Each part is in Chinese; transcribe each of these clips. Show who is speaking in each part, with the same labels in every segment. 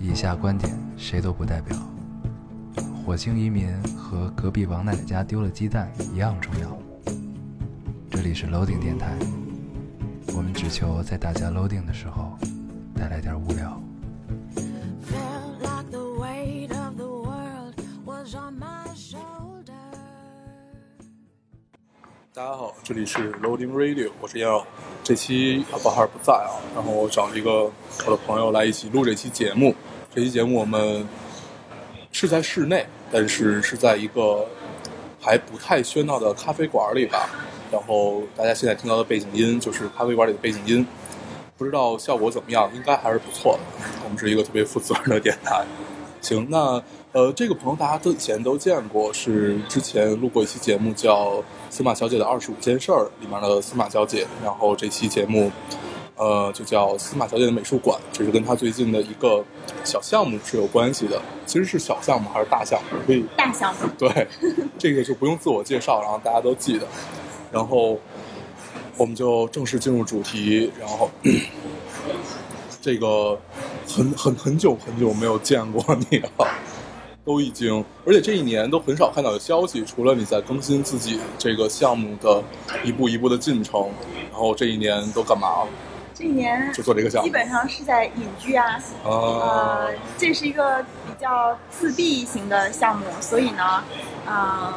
Speaker 1: 以下观点谁都不代表。火星移民和隔壁王奶奶家丢了鸡蛋一样重要。这里是 Loading 电台，我们只求在大家 Loading 的时候带来点无聊。
Speaker 2: Felt like the weight of the world was on my shoulders.
Speaker 3: 大家好，这里是 Loading Radio，我是燕肉。这期小宝孩不在啊，然后我找了一个我的朋友来一起录这期节目。这期节目我们是在室内，但是是在一个还不太喧闹的咖啡馆里吧。然后大家现在听到的背景音就是咖啡馆里的背景音，不知道效果怎么样，应该还是不错的。我们是一个特别负责任的电台。行，那呃，这个朋友大家都以前都见过，是之前录过一期节目叫《司马小姐的二十五件事儿》里面的司马小姐，然后这期节目呃就叫《司马小姐的美术馆》，这是跟她最近的一个小项目是有关系的，其实是小项目还是大项目？可以
Speaker 4: 大项目，
Speaker 3: 对，这个就不用自我介绍，然后大家都记得。然后我们就正式进入主题，然后 这个很很很久很久没有见过你了，都已经，而且这一年都很少看到有消息，除了你在更新自己这个项目的一步一步的进程，然后这一年都干嘛了？
Speaker 4: 这一年
Speaker 3: 就做这个项目
Speaker 4: 基本上是在隐居啊，
Speaker 3: 啊
Speaker 4: 呃，，这是一个比较自闭型的项目，所以呢，呃，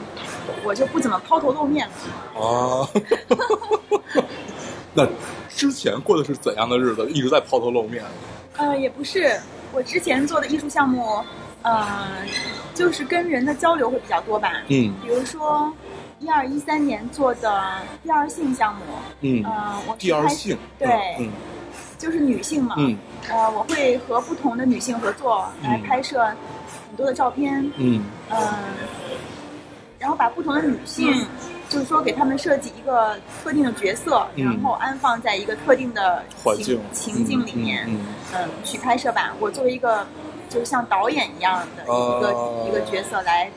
Speaker 4: 我就不怎么抛头露面了。
Speaker 3: 啊， 那之前过的是怎样的日子？一直在抛头露面。
Speaker 4: 呃，也不是，我之前做的艺术项目，呃，就是跟人的交流会比较多吧，
Speaker 3: 嗯
Speaker 4: 比如说。一二一三年做的第二性项目，
Speaker 3: 嗯，
Speaker 4: 呃，我
Speaker 3: 第二
Speaker 4: 开始
Speaker 3: 性。
Speaker 4: 对
Speaker 3: 嗯
Speaker 4: 就是女性嘛，
Speaker 3: 嗯
Speaker 4: 呃，我会和不同的女性合作来
Speaker 3: 嗯
Speaker 4: 拍摄很多的照片，
Speaker 3: 嗯
Speaker 4: 嗯，然后把不同的女性，
Speaker 3: 嗯
Speaker 4: 就是说给她们设计一个特定的角色，
Speaker 3: 嗯
Speaker 4: 然后安放在一个特定的
Speaker 3: 环境
Speaker 4: 情情境里面，
Speaker 3: 嗯嗯
Speaker 4: 嗯去拍摄吧。我作为一个就是像导演一样的一个、
Speaker 3: 哦
Speaker 4: 一个角色来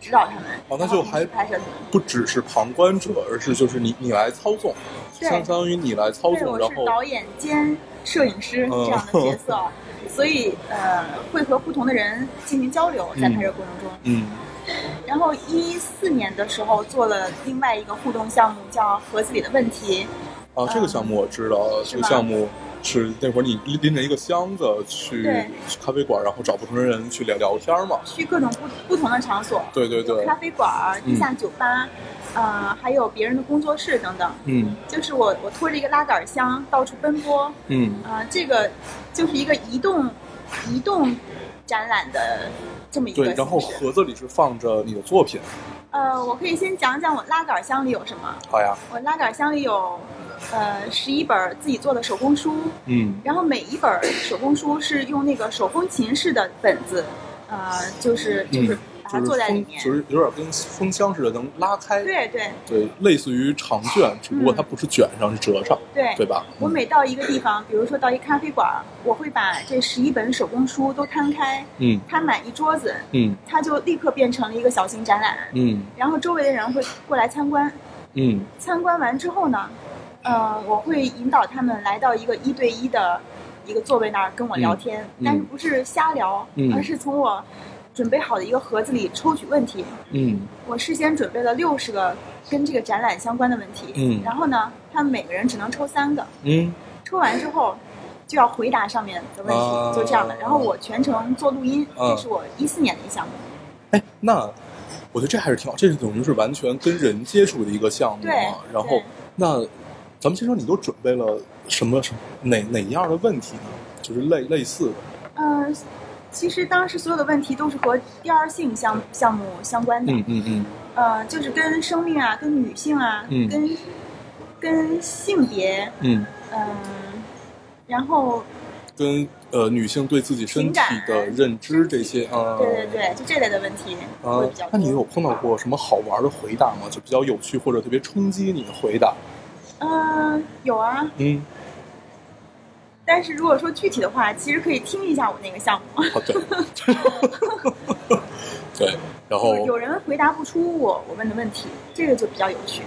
Speaker 4: 指导她们，
Speaker 3: 哦那
Speaker 4: 然后
Speaker 3: 就
Speaker 4: 去
Speaker 3: 还
Speaker 4: 拍摄她们。
Speaker 3: 不只是旁观者，而是就是你你来操纵，
Speaker 4: 对
Speaker 3: 相当于你来操
Speaker 4: 对，
Speaker 3: 纵，
Speaker 4: 我
Speaker 3: 然
Speaker 4: 是
Speaker 3: 后
Speaker 4: 导演兼摄影师
Speaker 3: 哦
Speaker 4: 这样的角色，
Speaker 3: 嗯
Speaker 4: 所以呃会和不同的人进行交流，在
Speaker 3: 嗯
Speaker 4: 拍摄过程中。
Speaker 3: 嗯
Speaker 4: 然后一四年的时候做了另外一个互动项目，叫盒子里的问题。
Speaker 3: 啊，这个项目我知道，这
Speaker 4: 嗯是
Speaker 3: 个
Speaker 4: 吗
Speaker 3: 项目是那会儿你拎拎着一个箱子去
Speaker 4: 对
Speaker 3: 去咖啡馆，然后找不同的人去聊聊天嘛。
Speaker 4: 去各种不不同的场所，
Speaker 3: 对对对
Speaker 4: 有咖啡馆儿、
Speaker 3: 嗯
Speaker 4: 地下酒吧，呃，还有别人的工作室等等。
Speaker 3: 嗯
Speaker 4: 就是我我拖着一个拉杆箱到处奔波，
Speaker 3: 嗯
Speaker 4: 呃，这个就是一个移动移动展览的这么一个
Speaker 3: 对，
Speaker 4: 形式。
Speaker 3: 然后盒子里是放着你的作品，
Speaker 4: 呃，我可以先讲讲我拉杆箱里有什么。
Speaker 3: 好呀，
Speaker 4: 我拉杆箱里有呃十一本儿自己做的手工书，
Speaker 3: 嗯
Speaker 4: 然后每一本手工书是用那个手风琴式的本子，呃，就是就是
Speaker 3: 嗯
Speaker 4: 把它
Speaker 3: 就是
Speaker 4: 做在里
Speaker 3: 封
Speaker 4: 面。
Speaker 3: 就是有点跟封箱似的，能拉开，
Speaker 4: 对对
Speaker 3: 对，类似于长卷，只不过它不是卷上，是折上，
Speaker 4: 对
Speaker 3: 对吧？
Speaker 4: 我每到一个地方，比如说到一咖啡馆儿，我会把这十一本手工书都摊开，
Speaker 3: 嗯
Speaker 4: 摊满一桌子，
Speaker 3: 嗯
Speaker 4: 它就立刻变成了一个小型展览。
Speaker 3: 嗯
Speaker 4: 然后周围的人会过来参观，
Speaker 3: 嗯
Speaker 4: 参观完之后呢，呃，我会引导他们来到一个一对一的一个座位那儿跟我聊天，
Speaker 3: 嗯
Speaker 4: 但是不是瞎聊，
Speaker 3: 嗯
Speaker 4: 而是从我准备好的一个盒子里抽取问题。
Speaker 3: 嗯
Speaker 4: 我事先准备了六十个跟这个展览相关的问题，
Speaker 3: 嗯
Speaker 4: 然后呢，他们每个人只能抽三个，
Speaker 3: 嗯，
Speaker 4: 抽完之后就要回答上面的问题，
Speaker 3: 啊
Speaker 4: 就这样的。然后我全程做录音，
Speaker 3: 嗯
Speaker 4: 这是我一四年的一项目。
Speaker 3: 哎，那我觉得这还是挺好，这是等于是完全跟人接触的一个项目
Speaker 4: 对
Speaker 3: 嘛。然后
Speaker 4: 对，
Speaker 3: 那咱们先说，你都准备了什么什么哪哪一样的问题呢？就是类类似的，
Speaker 4: 呃，其实当时所有的问题都是和第二性项项目相关的，
Speaker 3: 嗯嗯
Speaker 4: 呃，就是跟生命啊、跟女性啊、
Speaker 3: 嗯
Speaker 4: 跟跟性别，
Speaker 3: 嗯，
Speaker 4: 嗯、然后
Speaker 3: 跟呃女性对自己身体的认知这些啊，
Speaker 4: 对对对，就这类的问题
Speaker 3: 啊
Speaker 4: 会比较多。
Speaker 3: 那你有碰到过什么好玩的回答吗？就比较有趣或者特别冲击你的回答？
Speaker 4: 嗯、有啊，
Speaker 3: 嗯，
Speaker 4: 但是如果说具体的话，其实可以听一下我那个项目。
Speaker 3: 好啊对， 对，然后
Speaker 4: 有有人回答不出我我问的问题，这个就比较有趣。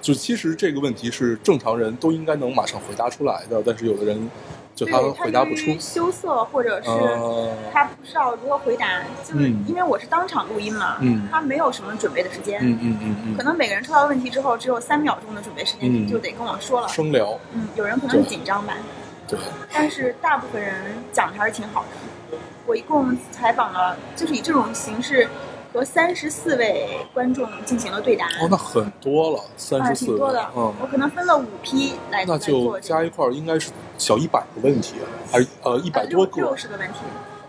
Speaker 3: 就其实这个问题是正常人都应该能马上回答出来的，但是有的人就他
Speaker 4: 对
Speaker 3: 回答不
Speaker 4: 对
Speaker 3: 出
Speaker 4: 于。羞涩或者是
Speaker 3: 呃，
Speaker 4: 他不知道如何回答，就是
Speaker 3: 嗯
Speaker 4: 因为我是当场录音嘛，
Speaker 3: 嗯
Speaker 4: 他没有什么准备的时间，
Speaker 3: 嗯嗯嗯
Speaker 4: 可能每个人抽到问题之后只有三秒钟的准备时间，
Speaker 3: 嗯
Speaker 4: 你就得跟我说了
Speaker 3: 嗯，。生聊，
Speaker 4: 嗯，有人可
Speaker 3: 对
Speaker 4: 能紧张吧，
Speaker 3: 对，哦
Speaker 4: 但是大部分人讲的还是挺好的。我一共采访了，就是以这种形式和三十四位观众进行了对答，
Speaker 3: 哦，那很多了，三
Speaker 4: 啊，
Speaker 3: 十四，
Speaker 4: 挺多的。
Speaker 3: 嗯，
Speaker 4: 我可能分了五批来
Speaker 3: 那
Speaker 4: 来
Speaker 3: 就
Speaker 4: 做这
Speaker 3: 加
Speaker 4: 个。
Speaker 3: 一块儿应该是小一百个问题，还是呃一百
Speaker 4: 呃六
Speaker 3: 多个
Speaker 4: 六，十个问题，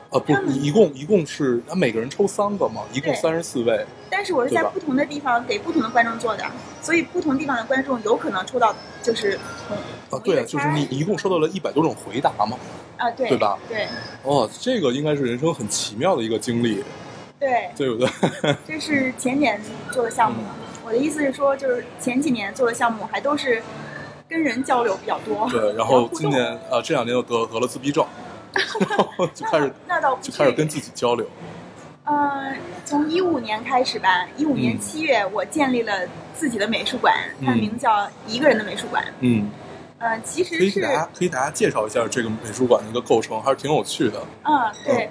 Speaker 3: 呃不
Speaker 4: 他，们
Speaker 3: 一共一共是，他每个人抽三个嘛，一共
Speaker 4: 对
Speaker 3: 三十四位，
Speaker 4: 但是我是
Speaker 3: 对
Speaker 4: 在
Speaker 3: 吧
Speaker 4: 不同的地方给不同的观众做的，所以不同地方的观众有可能抽到就是同
Speaker 3: 啊
Speaker 4: 同一
Speaker 3: 对
Speaker 4: 个
Speaker 3: 啊，就是
Speaker 4: 圈儿
Speaker 3: 你一共收到了一百多种回答嘛，
Speaker 4: 啊，对
Speaker 3: 对吧？
Speaker 4: 对
Speaker 3: 哦，这个应该是人生很奇妙的一个经历，
Speaker 4: 对，
Speaker 3: 对不对？
Speaker 4: 这是前年做的项目。
Speaker 3: 嗯
Speaker 4: 我的意思是说，就是前几年做的项目还都是跟人交流比较多。
Speaker 3: 对，然
Speaker 4: 比较
Speaker 3: 后
Speaker 4: 互动
Speaker 3: 今年呃这两年又得得了自闭 症，然后就
Speaker 4: 那
Speaker 3: 开始
Speaker 4: 那倒不
Speaker 3: 就开始
Speaker 4: 至于
Speaker 3: 跟自己交流，
Speaker 4: 呃，从一五年开始吧，一五年
Speaker 3: 嗯
Speaker 4: 七月我建立了自己的美术馆，它
Speaker 3: 嗯
Speaker 4: 的名字叫一个人的美术馆。
Speaker 3: 嗯，
Speaker 4: 呃，其
Speaker 3: 可以
Speaker 4: 实
Speaker 3: 给
Speaker 4: 是
Speaker 3: 大家可以给大家介绍一下这个美术馆的一个构成，还是挺有趣的，
Speaker 4: 嗯，对，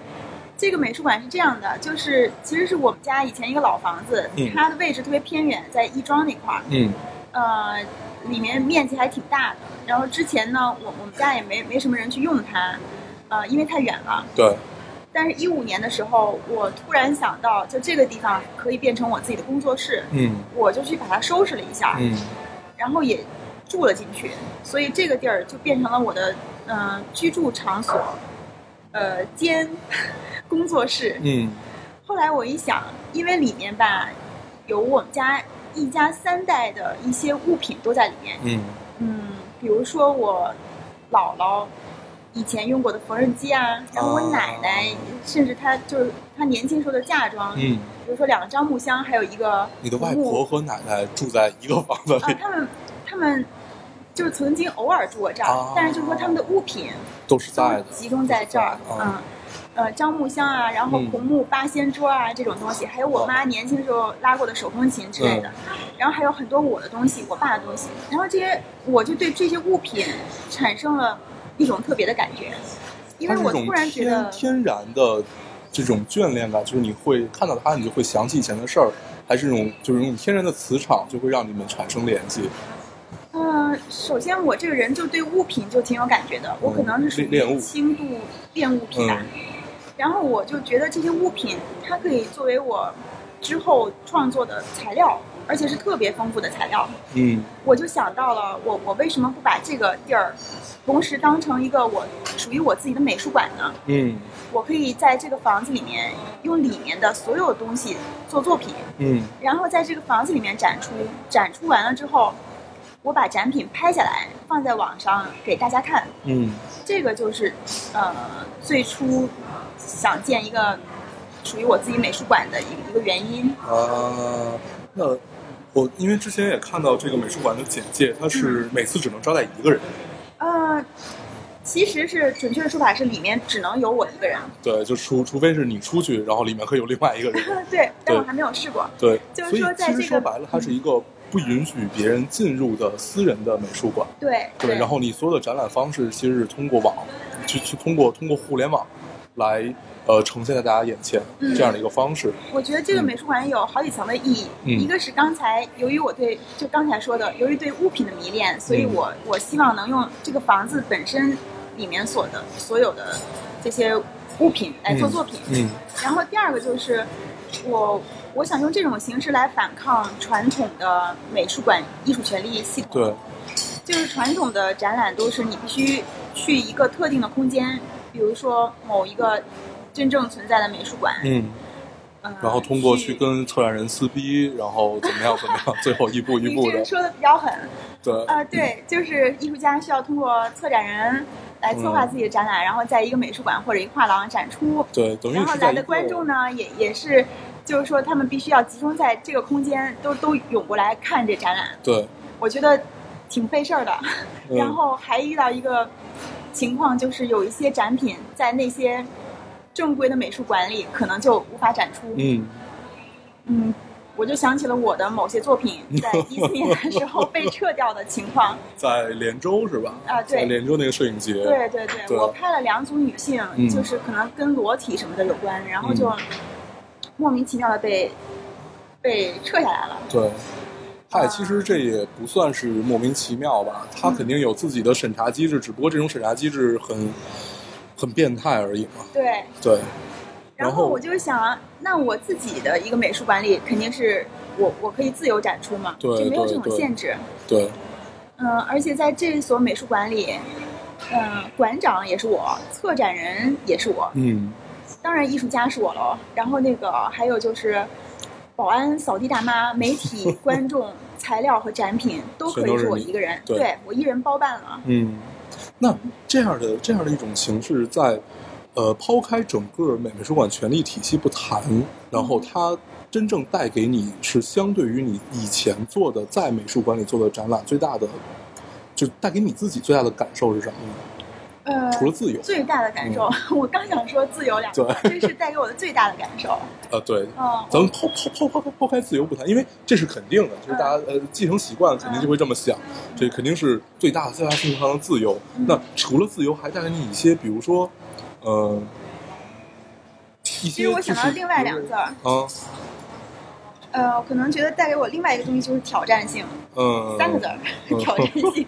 Speaker 4: 这个美术馆是这样的，就是其实是我们家以前一个老房子，
Speaker 3: 嗯
Speaker 4: 它的位置特别偏远，在亦庄那块儿，
Speaker 3: 嗯
Speaker 4: 呃，里面面积还挺大的。然后之前呢，我我们家也没没什么人去用它，呃，因为太远了。
Speaker 3: 对，
Speaker 4: 但是，一五年的时候，我突然想到，就这个地方可以变成我自己的工作室，
Speaker 3: 嗯
Speaker 4: 我就去把它收拾了一下，
Speaker 3: 嗯
Speaker 4: 然后也住了进去，所以这个地儿就变成了我的呃居住场所，呃兼 工作室。
Speaker 3: 嗯
Speaker 4: 后来我一想，因为里面吧有我们家一家三代的一些物品都在里面，
Speaker 3: 嗯
Speaker 4: 嗯，比如说我姥姥以前用过的缝纫机啊，然后我
Speaker 3: 哦
Speaker 4: 奶奶，甚至她就是她年轻时候的嫁妆，
Speaker 3: 嗯，
Speaker 4: 比如说两张木箱，还有一个
Speaker 3: 你的外
Speaker 4: 木
Speaker 3: 婆和奶奶住在一个房子
Speaker 4: 啊，
Speaker 3: 里，
Speaker 4: 他们他们就是曾经偶尔住我这儿，
Speaker 3: 哦
Speaker 4: 但是就是说他们的物品
Speaker 3: 都是在
Speaker 4: 都
Speaker 3: 的，
Speaker 4: 集中在这儿，
Speaker 3: 都是在的
Speaker 4: 嗯。呃，樟木箱啊，然后
Speaker 3: 嗯哦
Speaker 4: 红木八仙桌啊，这种东西，还有我妈年轻时候拉过的手风琴之类的，
Speaker 3: 嗯
Speaker 4: 然后还有很多我的东西，我爸的东西，然后这些我就对这些物品产生了一种特别的感觉，因
Speaker 3: 它
Speaker 4: 为
Speaker 3: 是一
Speaker 4: 我
Speaker 3: 种
Speaker 4: 突然觉得
Speaker 3: 天，天然的这种眷恋感，就是你会看到它，你就会想起以前的事儿，还是一种就是那种天然的磁场，就会让你们产生联系。
Speaker 4: 嗯、首先我这个人就对物品就挺有感觉的，我可能是属
Speaker 3: 嗯恋恋物嗯
Speaker 4: 于轻度恋物癖吧。然后我就觉得这些物品，它可以作为我之后创作的材料，而且是特别丰富的材料。
Speaker 3: 嗯
Speaker 4: 我就想到了我，我为什么不把这个地儿，同时当成一个我属于我自己的美术馆呢？
Speaker 3: 嗯
Speaker 4: 我可以在这个房子里面用里面的所有东西做作品，
Speaker 3: 嗯
Speaker 4: 然后在这个房子里面展出，展出完了之后，我把展品拍下来放在网上给大家看。
Speaker 3: 嗯
Speaker 4: 这个就是呃最初想建一个属于我自己美术馆的一个一个原因。
Speaker 3: 啊，那我因为之前也看到这个美术馆的简介，它
Speaker 4: 嗯
Speaker 3: 是每次只能招待一个人，
Speaker 4: 呃，其实是准确的说法是里面只能有我一个人。
Speaker 3: 对，就除除非是你出去，然后里面可以有另外一个人，
Speaker 4: 对，但
Speaker 3: 对
Speaker 4: 我还没有试过。
Speaker 3: 对，
Speaker 4: 就是
Speaker 3: 所以
Speaker 4: 说在
Speaker 3: 其实
Speaker 4: 这
Speaker 3: 说
Speaker 4: 个
Speaker 3: 白了，它是一个不允许别人进入的私人的美术馆。
Speaker 4: 对
Speaker 3: 对，然后你所有的展览方式其实是通过网，去去通过通过互联网来呃呈现在大家眼前、
Speaker 4: 嗯
Speaker 3: 这样的一个方式。
Speaker 4: 我觉得这个美术馆有好几层的意义，
Speaker 3: 嗯
Speaker 4: 一个是刚才由于我对就刚才说的，由于对物品的迷恋，所
Speaker 3: 嗯
Speaker 4: 以我、我希望能用这个房子本身里面所的所有的这些物品来做作品。
Speaker 3: 嗯
Speaker 4: 然后第二个就是我我想用这种形式来反抗传统的美术馆艺术权利系统。
Speaker 3: 对，
Speaker 4: 就是传统的展览都是你必须去一个特定的空间，比如说某一个真正存在的美术馆，
Speaker 3: 嗯，
Speaker 4: 嗯，
Speaker 3: 然后通过去跟策展人撕逼，然后怎么样怎么 样，最后一步一
Speaker 4: 你
Speaker 3: 步
Speaker 4: 这
Speaker 3: 的
Speaker 4: 个，说的比较狠，
Speaker 3: 对，
Speaker 4: 呃，对，就是艺术家需要通过策展人来策划
Speaker 3: 嗯
Speaker 4: 自己的展览，然后在一个美术馆或者一个画廊展出，
Speaker 3: 对，等于
Speaker 4: 然后
Speaker 3: 是在
Speaker 4: 来
Speaker 3: 一
Speaker 4: 的
Speaker 3: 个
Speaker 4: 观众呢也也是，就是说他们必须要集中在这个空间，都都涌过来看这展览，
Speaker 3: 对，
Speaker 4: 我觉得挺费事儿的。
Speaker 3: 嗯
Speaker 4: 然后还遇到一个情况，就是有一些展品在那些正规的美术馆里可能就无法展出，
Speaker 3: 嗯
Speaker 4: 嗯，我就想起了我的某些 作品在一四年的时候被撤掉的情况。
Speaker 3: 在连州是吧？
Speaker 4: 啊对
Speaker 3: 在连州那个摄影节，
Speaker 4: 对对对，
Speaker 3: 对
Speaker 4: 我拍了两组女性，
Speaker 3: 嗯
Speaker 4: 就是可能跟裸体什么的有关，然后就
Speaker 3: 嗯
Speaker 4: 莫名其妙的被被撤下来了。
Speaker 3: 对，嗨，
Speaker 4: 啊嗯
Speaker 3: 其实这也不算是莫名其妙吧，他肯定有自己的审查机制，只不过这种审查机制很很变态而已嘛。
Speaker 4: 对，
Speaker 3: 对，然
Speaker 4: 然
Speaker 3: 后
Speaker 4: 后我就想，那我自己的一个美术馆里肯定是我我可以自由展出嘛，
Speaker 3: 对
Speaker 4: 就没有
Speaker 3: 对
Speaker 4: 这种
Speaker 3: 对
Speaker 4: 限制。
Speaker 3: 对，
Speaker 4: 嗯，而且在这所美术馆里，嗯，馆长也是我，策展人也是我，
Speaker 3: 嗯，
Speaker 4: 当然艺术家是我喽。然后那个还有就是，保安、扫地大妈、媒体、观众、材料和展品都可以是我一个人，
Speaker 3: 全都是你对
Speaker 4: 我一人包办了。
Speaker 3: 嗯，那这样的这样的一种形式在，呃抛开整个美美术馆权力体系不谈，然后它真正带给你是相对于你以前做的在美术馆里做的展览最大的，就带给你自己最大的感受是什么呢？
Speaker 4: 呃，
Speaker 3: 除了自嗯由，
Speaker 4: 最大的感受， 我刚想说自由两个字，这是带给我的最大的感受。
Speaker 3: 呃，对，
Speaker 4: 嗯，
Speaker 3: 咱们抛抛抛抛抛抛开自由不谈，因为这是肯定的，就是大家呃继承习惯肯定就会这么想，这肯定是最大的最大程度上的自由。
Speaker 4: 嗯
Speaker 3: 那除了自由，还带给你一些，比如说，呃，一
Speaker 4: 其
Speaker 3: 些
Speaker 4: 实
Speaker 3: 就
Speaker 4: 我
Speaker 3: 是
Speaker 4: 想到另外两个字儿，
Speaker 3: 啊，
Speaker 4: 呃，可能觉得带给我另外一个东西就是挑战性，
Speaker 3: 嗯，
Speaker 4: 三个字儿，
Speaker 3: 嗯
Speaker 4: 挑战性。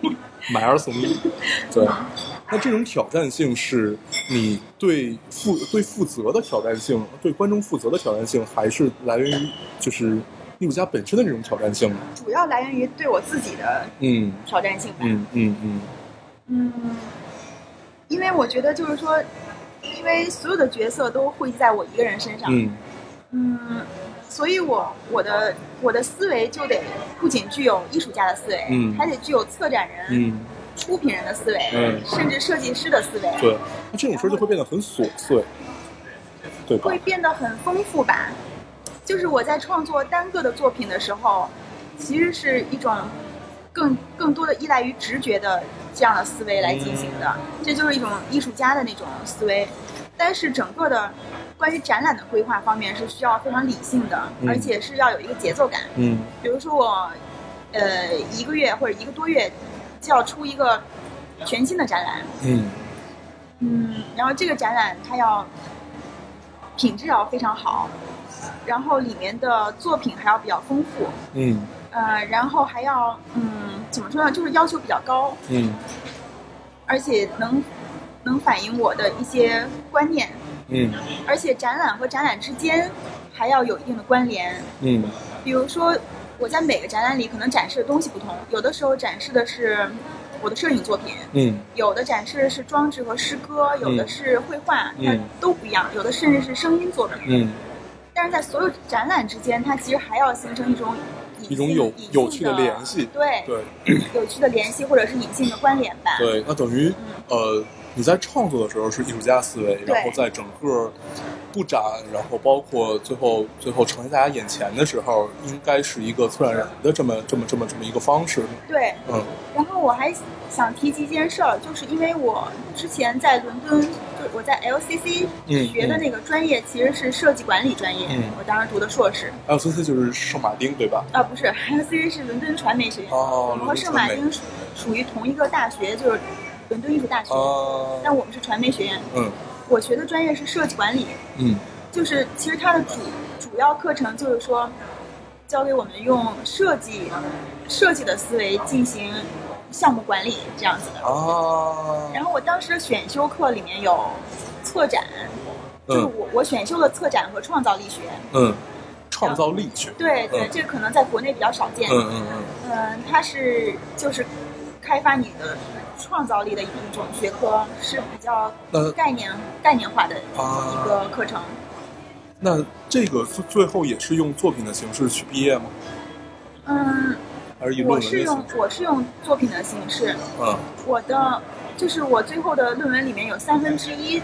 Speaker 3: 买二送 一，对。那这种挑战性是你对负对负责的挑战性，对观众负责的挑战性，还是来源于就是艺术家本身的这种挑战性呢？
Speaker 4: 主要来源于对我自己的
Speaker 3: 嗯
Speaker 4: 挑战性吧。
Speaker 3: 嗯嗯嗯
Speaker 4: 嗯，因为我觉得就是说，因为所有的角色都汇集在我一个人身上，
Speaker 3: 嗯
Speaker 4: 嗯所以我我的我的思维就得不仅具有艺术家的思维，
Speaker 3: 嗯
Speaker 4: 还得具有策展人、
Speaker 3: 嗯，
Speaker 4: 出品人的思维，
Speaker 3: 嗯
Speaker 4: 甚至设计师的思维，
Speaker 3: 对，那这种事儿就会变得很琐碎，对吧
Speaker 4: 会？变得很丰富吧。就是我在创作单个的作品的时候，其实是一种更更多的依赖于直觉的这样的思维来进行的，这就是一种艺术家的那种思维。但是整个的关于展览的规划方面是需要非常理性的，
Speaker 3: 嗯
Speaker 4: 而且是要有一个节奏感。
Speaker 3: 嗯
Speaker 4: 比如说我呃一个月或者一个多月就要出一个全新的展览，
Speaker 3: 嗯
Speaker 4: 嗯，然后这个展览它要品质要非常好，然后里面的作品还要比较丰富，
Speaker 3: 嗯
Speaker 4: 呃，然后还要嗯，怎么说呢，就是要求比较高，
Speaker 3: 嗯
Speaker 4: 而且能能反映我的一些观念，
Speaker 3: 嗯
Speaker 4: 而且展览和展览之间还要有一定的关联，
Speaker 3: 嗯
Speaker 4: 比如说我在每个展览里可能展示的东西不同，有的时候展示的是我的摄影作品，
Speaker 3: 嗯
Speaker 4: 有的展示是装置和诗歌，有的是绘画，
Speaker 3: 嗯
Speaker 4: 它都不一样，有的甚至是声音作品。
Speaker 3: 嗯，
Speaker 4: 但是在所有展览之间，它其实还要形成一种隐性
Speaker 3: 一种有
Speaker 4: 隐性
Speaker 3: 有趣的联系
Speaker 4: 对
Speaker 3: 对
Speaker 4: 有趣的联系或者是隐性的关联吧。
Speaker 3: 对，那等于呃你在创作的时候是艺术家思维，然后在整个布展，然后包括最后最后呈现在大家眼前的时候，应该是一个策展人的这么这么这么这么一个方式，
Speaker 4: 对
Speaker 3: 嗯
Speaker 4: 然后我还想提及一件事儿，就是因为我之前在伦敦，就是我在 LCC
Speaker 3: 嗯
Speaker 4: 学的那个专业其实是设计管理专业，
Speaker 3: 嗯
Speaker 4: 我当时读的硕士。
Speaker 3: ，LCC 就是圣马丁对吧？
Speaker 4: 啊，不是，LCC 是伦敦传媒学院，
Speaker 3: 哦
Speaker 4: 我们和圣马丁属属于同一个大学，就是伦敦艺术大学。
Speaker 3: 啊，
Speaker 4: 但我们是传媒学院，
Speaker 3: 嗯
Speaker 4: 我学的专业是设计管理，
Speaker 3: 嗯
Speaker 4: 就是其实它的主主要课程就是说，教给我们用设计设计的思维进行项目管理这样子的。
Speaker 3: 啊，
Speaker 4: 然后我当时的选修课里面有策展，就是
Speaker 3: 嗯
Speaker 4: 我我选修了策展和创造力学，
Speaker 3: 嗯，创造力学，
Speaker 4: 对对，
Speaker 3: 嗯
Speaker 4: 这个可能在国内比较少见。
Speaker 3: 嗯嗯嗯。
Speaker 4: 嗯，它是就是开发你的创造力的一种学科，是比较
Speaker 3: 呃
Speaker 4: 概念、概念化的
Speaker 3: 啊
Speaker 4: 一个课程。
Speaker 3: 那这个最最后也是用作品的形式去毕业吗？
Speaker 4: 嗯，
Speaker 3: 还是以论
Speaker 4: 我
Speaker 3: 文的
Speaker 4: 是
Speaker 3: 形
Speaker 4: 用
Speaker 3: 式？
Speaker 4: 我是用作品的形式，
Speaker 3: 嗯
Speaker 4: 我的就是我最后的论文里面有三分之一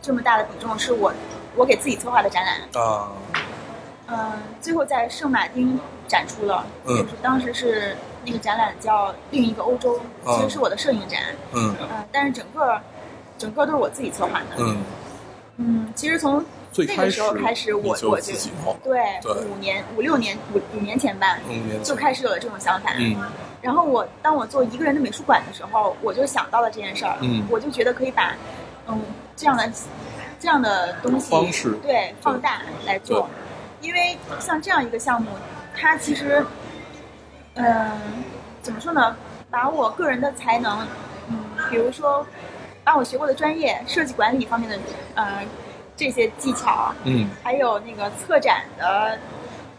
Speaker 4: 这么大的比重是我我给自己策划的展览，
Speaker 3: 啊，
Speaker 4: 嗯，最后在圣马丁展出了，
Speaker 3: 嗯
Speaker 4: 就是当时是那个展览叫《另一个欧洲》，
Speaker 3: 哦
Speaker 4: 其实是我的摄影展，呃
Speaker 3: 嗯
Speaker 4: 嗯，但是整个整个都是我自己策划的，
Speaker 3: 嗯
Speaker 4: 嗯，其实从
Speaker 3: 最
Speaker 4: 那
Speaker 3: 开
Speaker 4: 个
Speaker 3: 始
Speaker 4: 时候开始
Speaker 3: 你
Speaker 4: 我
Speaker 3: 就
Speaker 4: 我
Speaker 3: 自
Speaker 4: 就
Speaker 3: 己弄，
Speaker 4: 对，
Speaker 3: 对
Speaker 4: 五年五六年五五年前吧，
Speaker 3: 嗯，年
Speaker 4: 就
Speaker 3: 轻
Speaker 4: 开始有了这种想法。
Speaker 3: 嗯
Speaker 4: 然后我当我做一个人的美术馆的时候，我就想到了这件事儿，
Speaker 3: 嗯
Speaker 4: 我就觉得可以把嗯这样的这样的东西
Speaker 3: 方式
Speaker 4: 对放大来做，因为像这样一个项目，它其实嗯、怎么说呢，把我个人的才能，嗯，比如说把我学过的专业设计管理方面的呃这些技巧，
Speaker 3: 嗯
Speaker 4: 还有那个策展的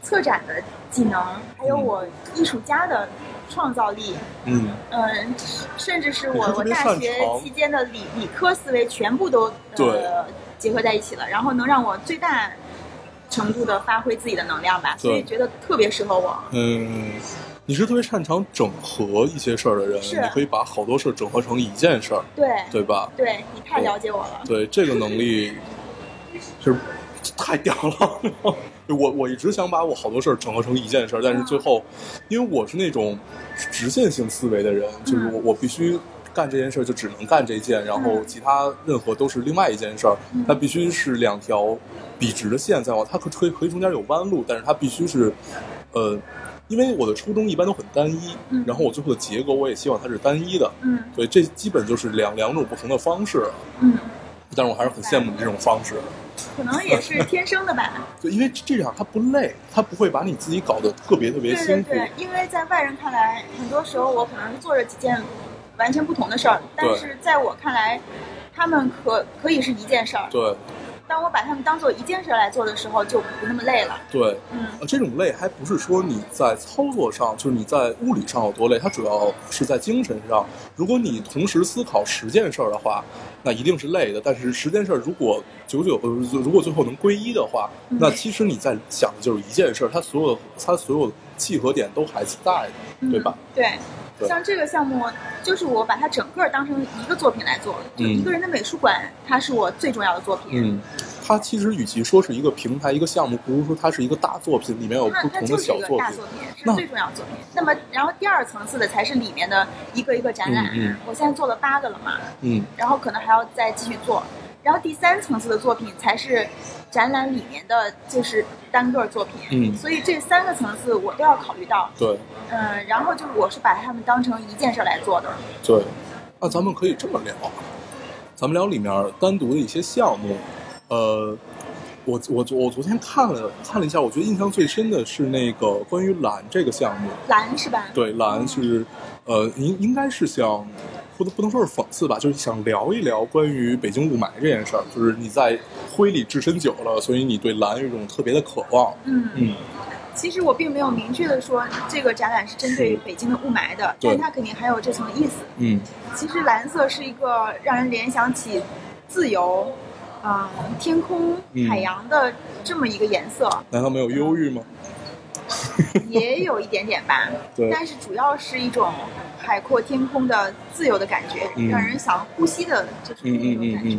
Speaker 4: 策展的技能，还有我艺术家的创造力，
Speaker 3: 嗯，
Speaker 4: 嗯，甚至是
Speaker 3: 你是
Speaker 4: 我
Speaker 3: 特
Speaker 4: 我
Speaker 3: 别
Speaker 4: 大
Speaker 3: 擅
Speaker 4: 学
Speaker 3: 长
Speaker 4: 期间的理理科思维全部都
Speaker 3: 对
Speaker 4: 呃结合在一起了，然后能让我最大程度的发挥自己的能量吧，所
Speaker 3: 对
Speaker 4: 以觉得特别适合我。
Speaker 3: 嗯，你是特别擅长整合一些事儿的人，
Speaker 4: 是
Speaker 3: 你可以把好多事儿整合成一件事儿，
Speaker 4: 对
Speaker 3: 对吧？
Speaker 4: 对你太了解我了，
Speaker 3: 对，这个能力是太屌了。我我一直想把我好多事儿整合成一件事儿，但是最后，因为我是那种直线性思维的人，就是我我必须干这件事儿就只能干这件，然后
Speaker 4: 嗯
Speaker 3: 其他任何都是另外一件事儿，它必须是两条笔直的线在往，它可可以可以中间有弯路，但是它必须是，呃，因为我的初衷一般都很单一
Speaker 4: 嗯，
Speaker 3: 然后我最后的结果我也希望它是单一的，
Speaker 4: 嗯
Speaker 3: 对，这基本就是两两种不同的方式。
Speaker 4: 嗯，
Speaker 3: 但是我还是很羡慕你这种方式，
Speaker 4: 可能也 是天生的吧。
Speaker 3: 对，因为这样它不累，它不会把你自己搞得特别特别
Speaker 4: 对对
Speaker 3: 辛苦。
Speaker 4: 对，因为在外人看来，很多时候我可能是做着几件完全不同的事儿，但
Speaker 3: 对
Speaker 4: 是在我看来，他们可可以是一件事儿。
Speaker 3: 对
Speaker 4: 当我把他们当做一件事儿来做的时候，就不那么累了。
Speaker 3: 对
Speaker 4: 嗯，
Speaker 3: 呃这种累还不是说你在操作上，就是你在物理上有多累，它主要是在精神上。如果你同时思考十件事儿的话，那一定是累的。但是十件事儿如果久久呃，如果最后能归一的话，
Speaker 4: 嗯
Speaker 3: 那其实你在想的就是一件事儿，它所有它所有契合点都还是在的，对吧？
Speaker 4: 嗯？对。
Speaker 3: 对
Speaker 4: 像这个项目，就是我把它整个当成一个作品来做，就
Speaker 3: 嗯
Speaker 4: 一个人的美术馆，它是我最重要的作品。
Speaker 3: 嗯，它其实与其说是一个平台、一个项目，不如说它是一个大作品，里面有
Speaker 4: 它
Speaker 3: 不
Speaker 4: 它
Speaker 3: 同
Speaker 4: 就
Speaker 3: 的
Speaker 4: 是
Speaker 3: 小
Speaker 4: 一个
Speaker 3: 作
Speaker 4: 大
Speaker 3: 品。
Speaker 4: 作品，是
Speaker 3: 那
Speaker 4: 最重要的作品。那么，然后第二层次的才是里面的一个一个展览。
Speaker 3: 嗯嗯
Speaker 4: 我现在做了八个了嘛，
Speaker 3: 嗯
Speaker 4: 然后可能还要再继续做。然后第三层次的作品才是展览里面的，就是单个作品。
Speaker 3: 嗯
Speaker 4: 所以这三个层次我都要考虑到。
Speaker 3: 对
Speaker 4: 嗯，然后就是我是把它们当成一件事儿来做的。
Speaker 3: 对，那咱们可以这么聊，啊咱们聊里面单独的一些项目。呃，我我我昨天看了看了一下，我觉得印象最深的是那个关于蓝这个项目。
Speaker 4: 蓝是吧？
Speaker 3: 对，蓝是呃，应应该是想不能不能说是讽刺吧，就是想聊一聊关于北京雾霾这件事儿。就是你在灰里置身久了，所以你对蓝有一种特别的渴望。
Speaker 4: 嗯，
Speaker 3: 嗯，
Speaker 4: 其实我并没有明确的说这个展览是针对
Speaker 3: 是
Speaker 4: 北京的雾霾的，
Speaker 3: 对
Speaker 4: 但它肯定还有这层意思。
Speaker 3: 嗯，
Speaker 4: 其实蓝色是一个让人联想起自由、啊、天空、
Speaker 3: 嗯
Speaker 4: 海洋的这么一个 颜色，
Speaker 3: 难道没有忧郁吗？
Speaker 4: 也有一点点吧，
Speaker 3: 对
Speaker 4: 但是主要是一种海阔天空的自由的感觉，
Speaker 3: 嗯
Speaker 4: 让人想呼吸的，就是那种感觉。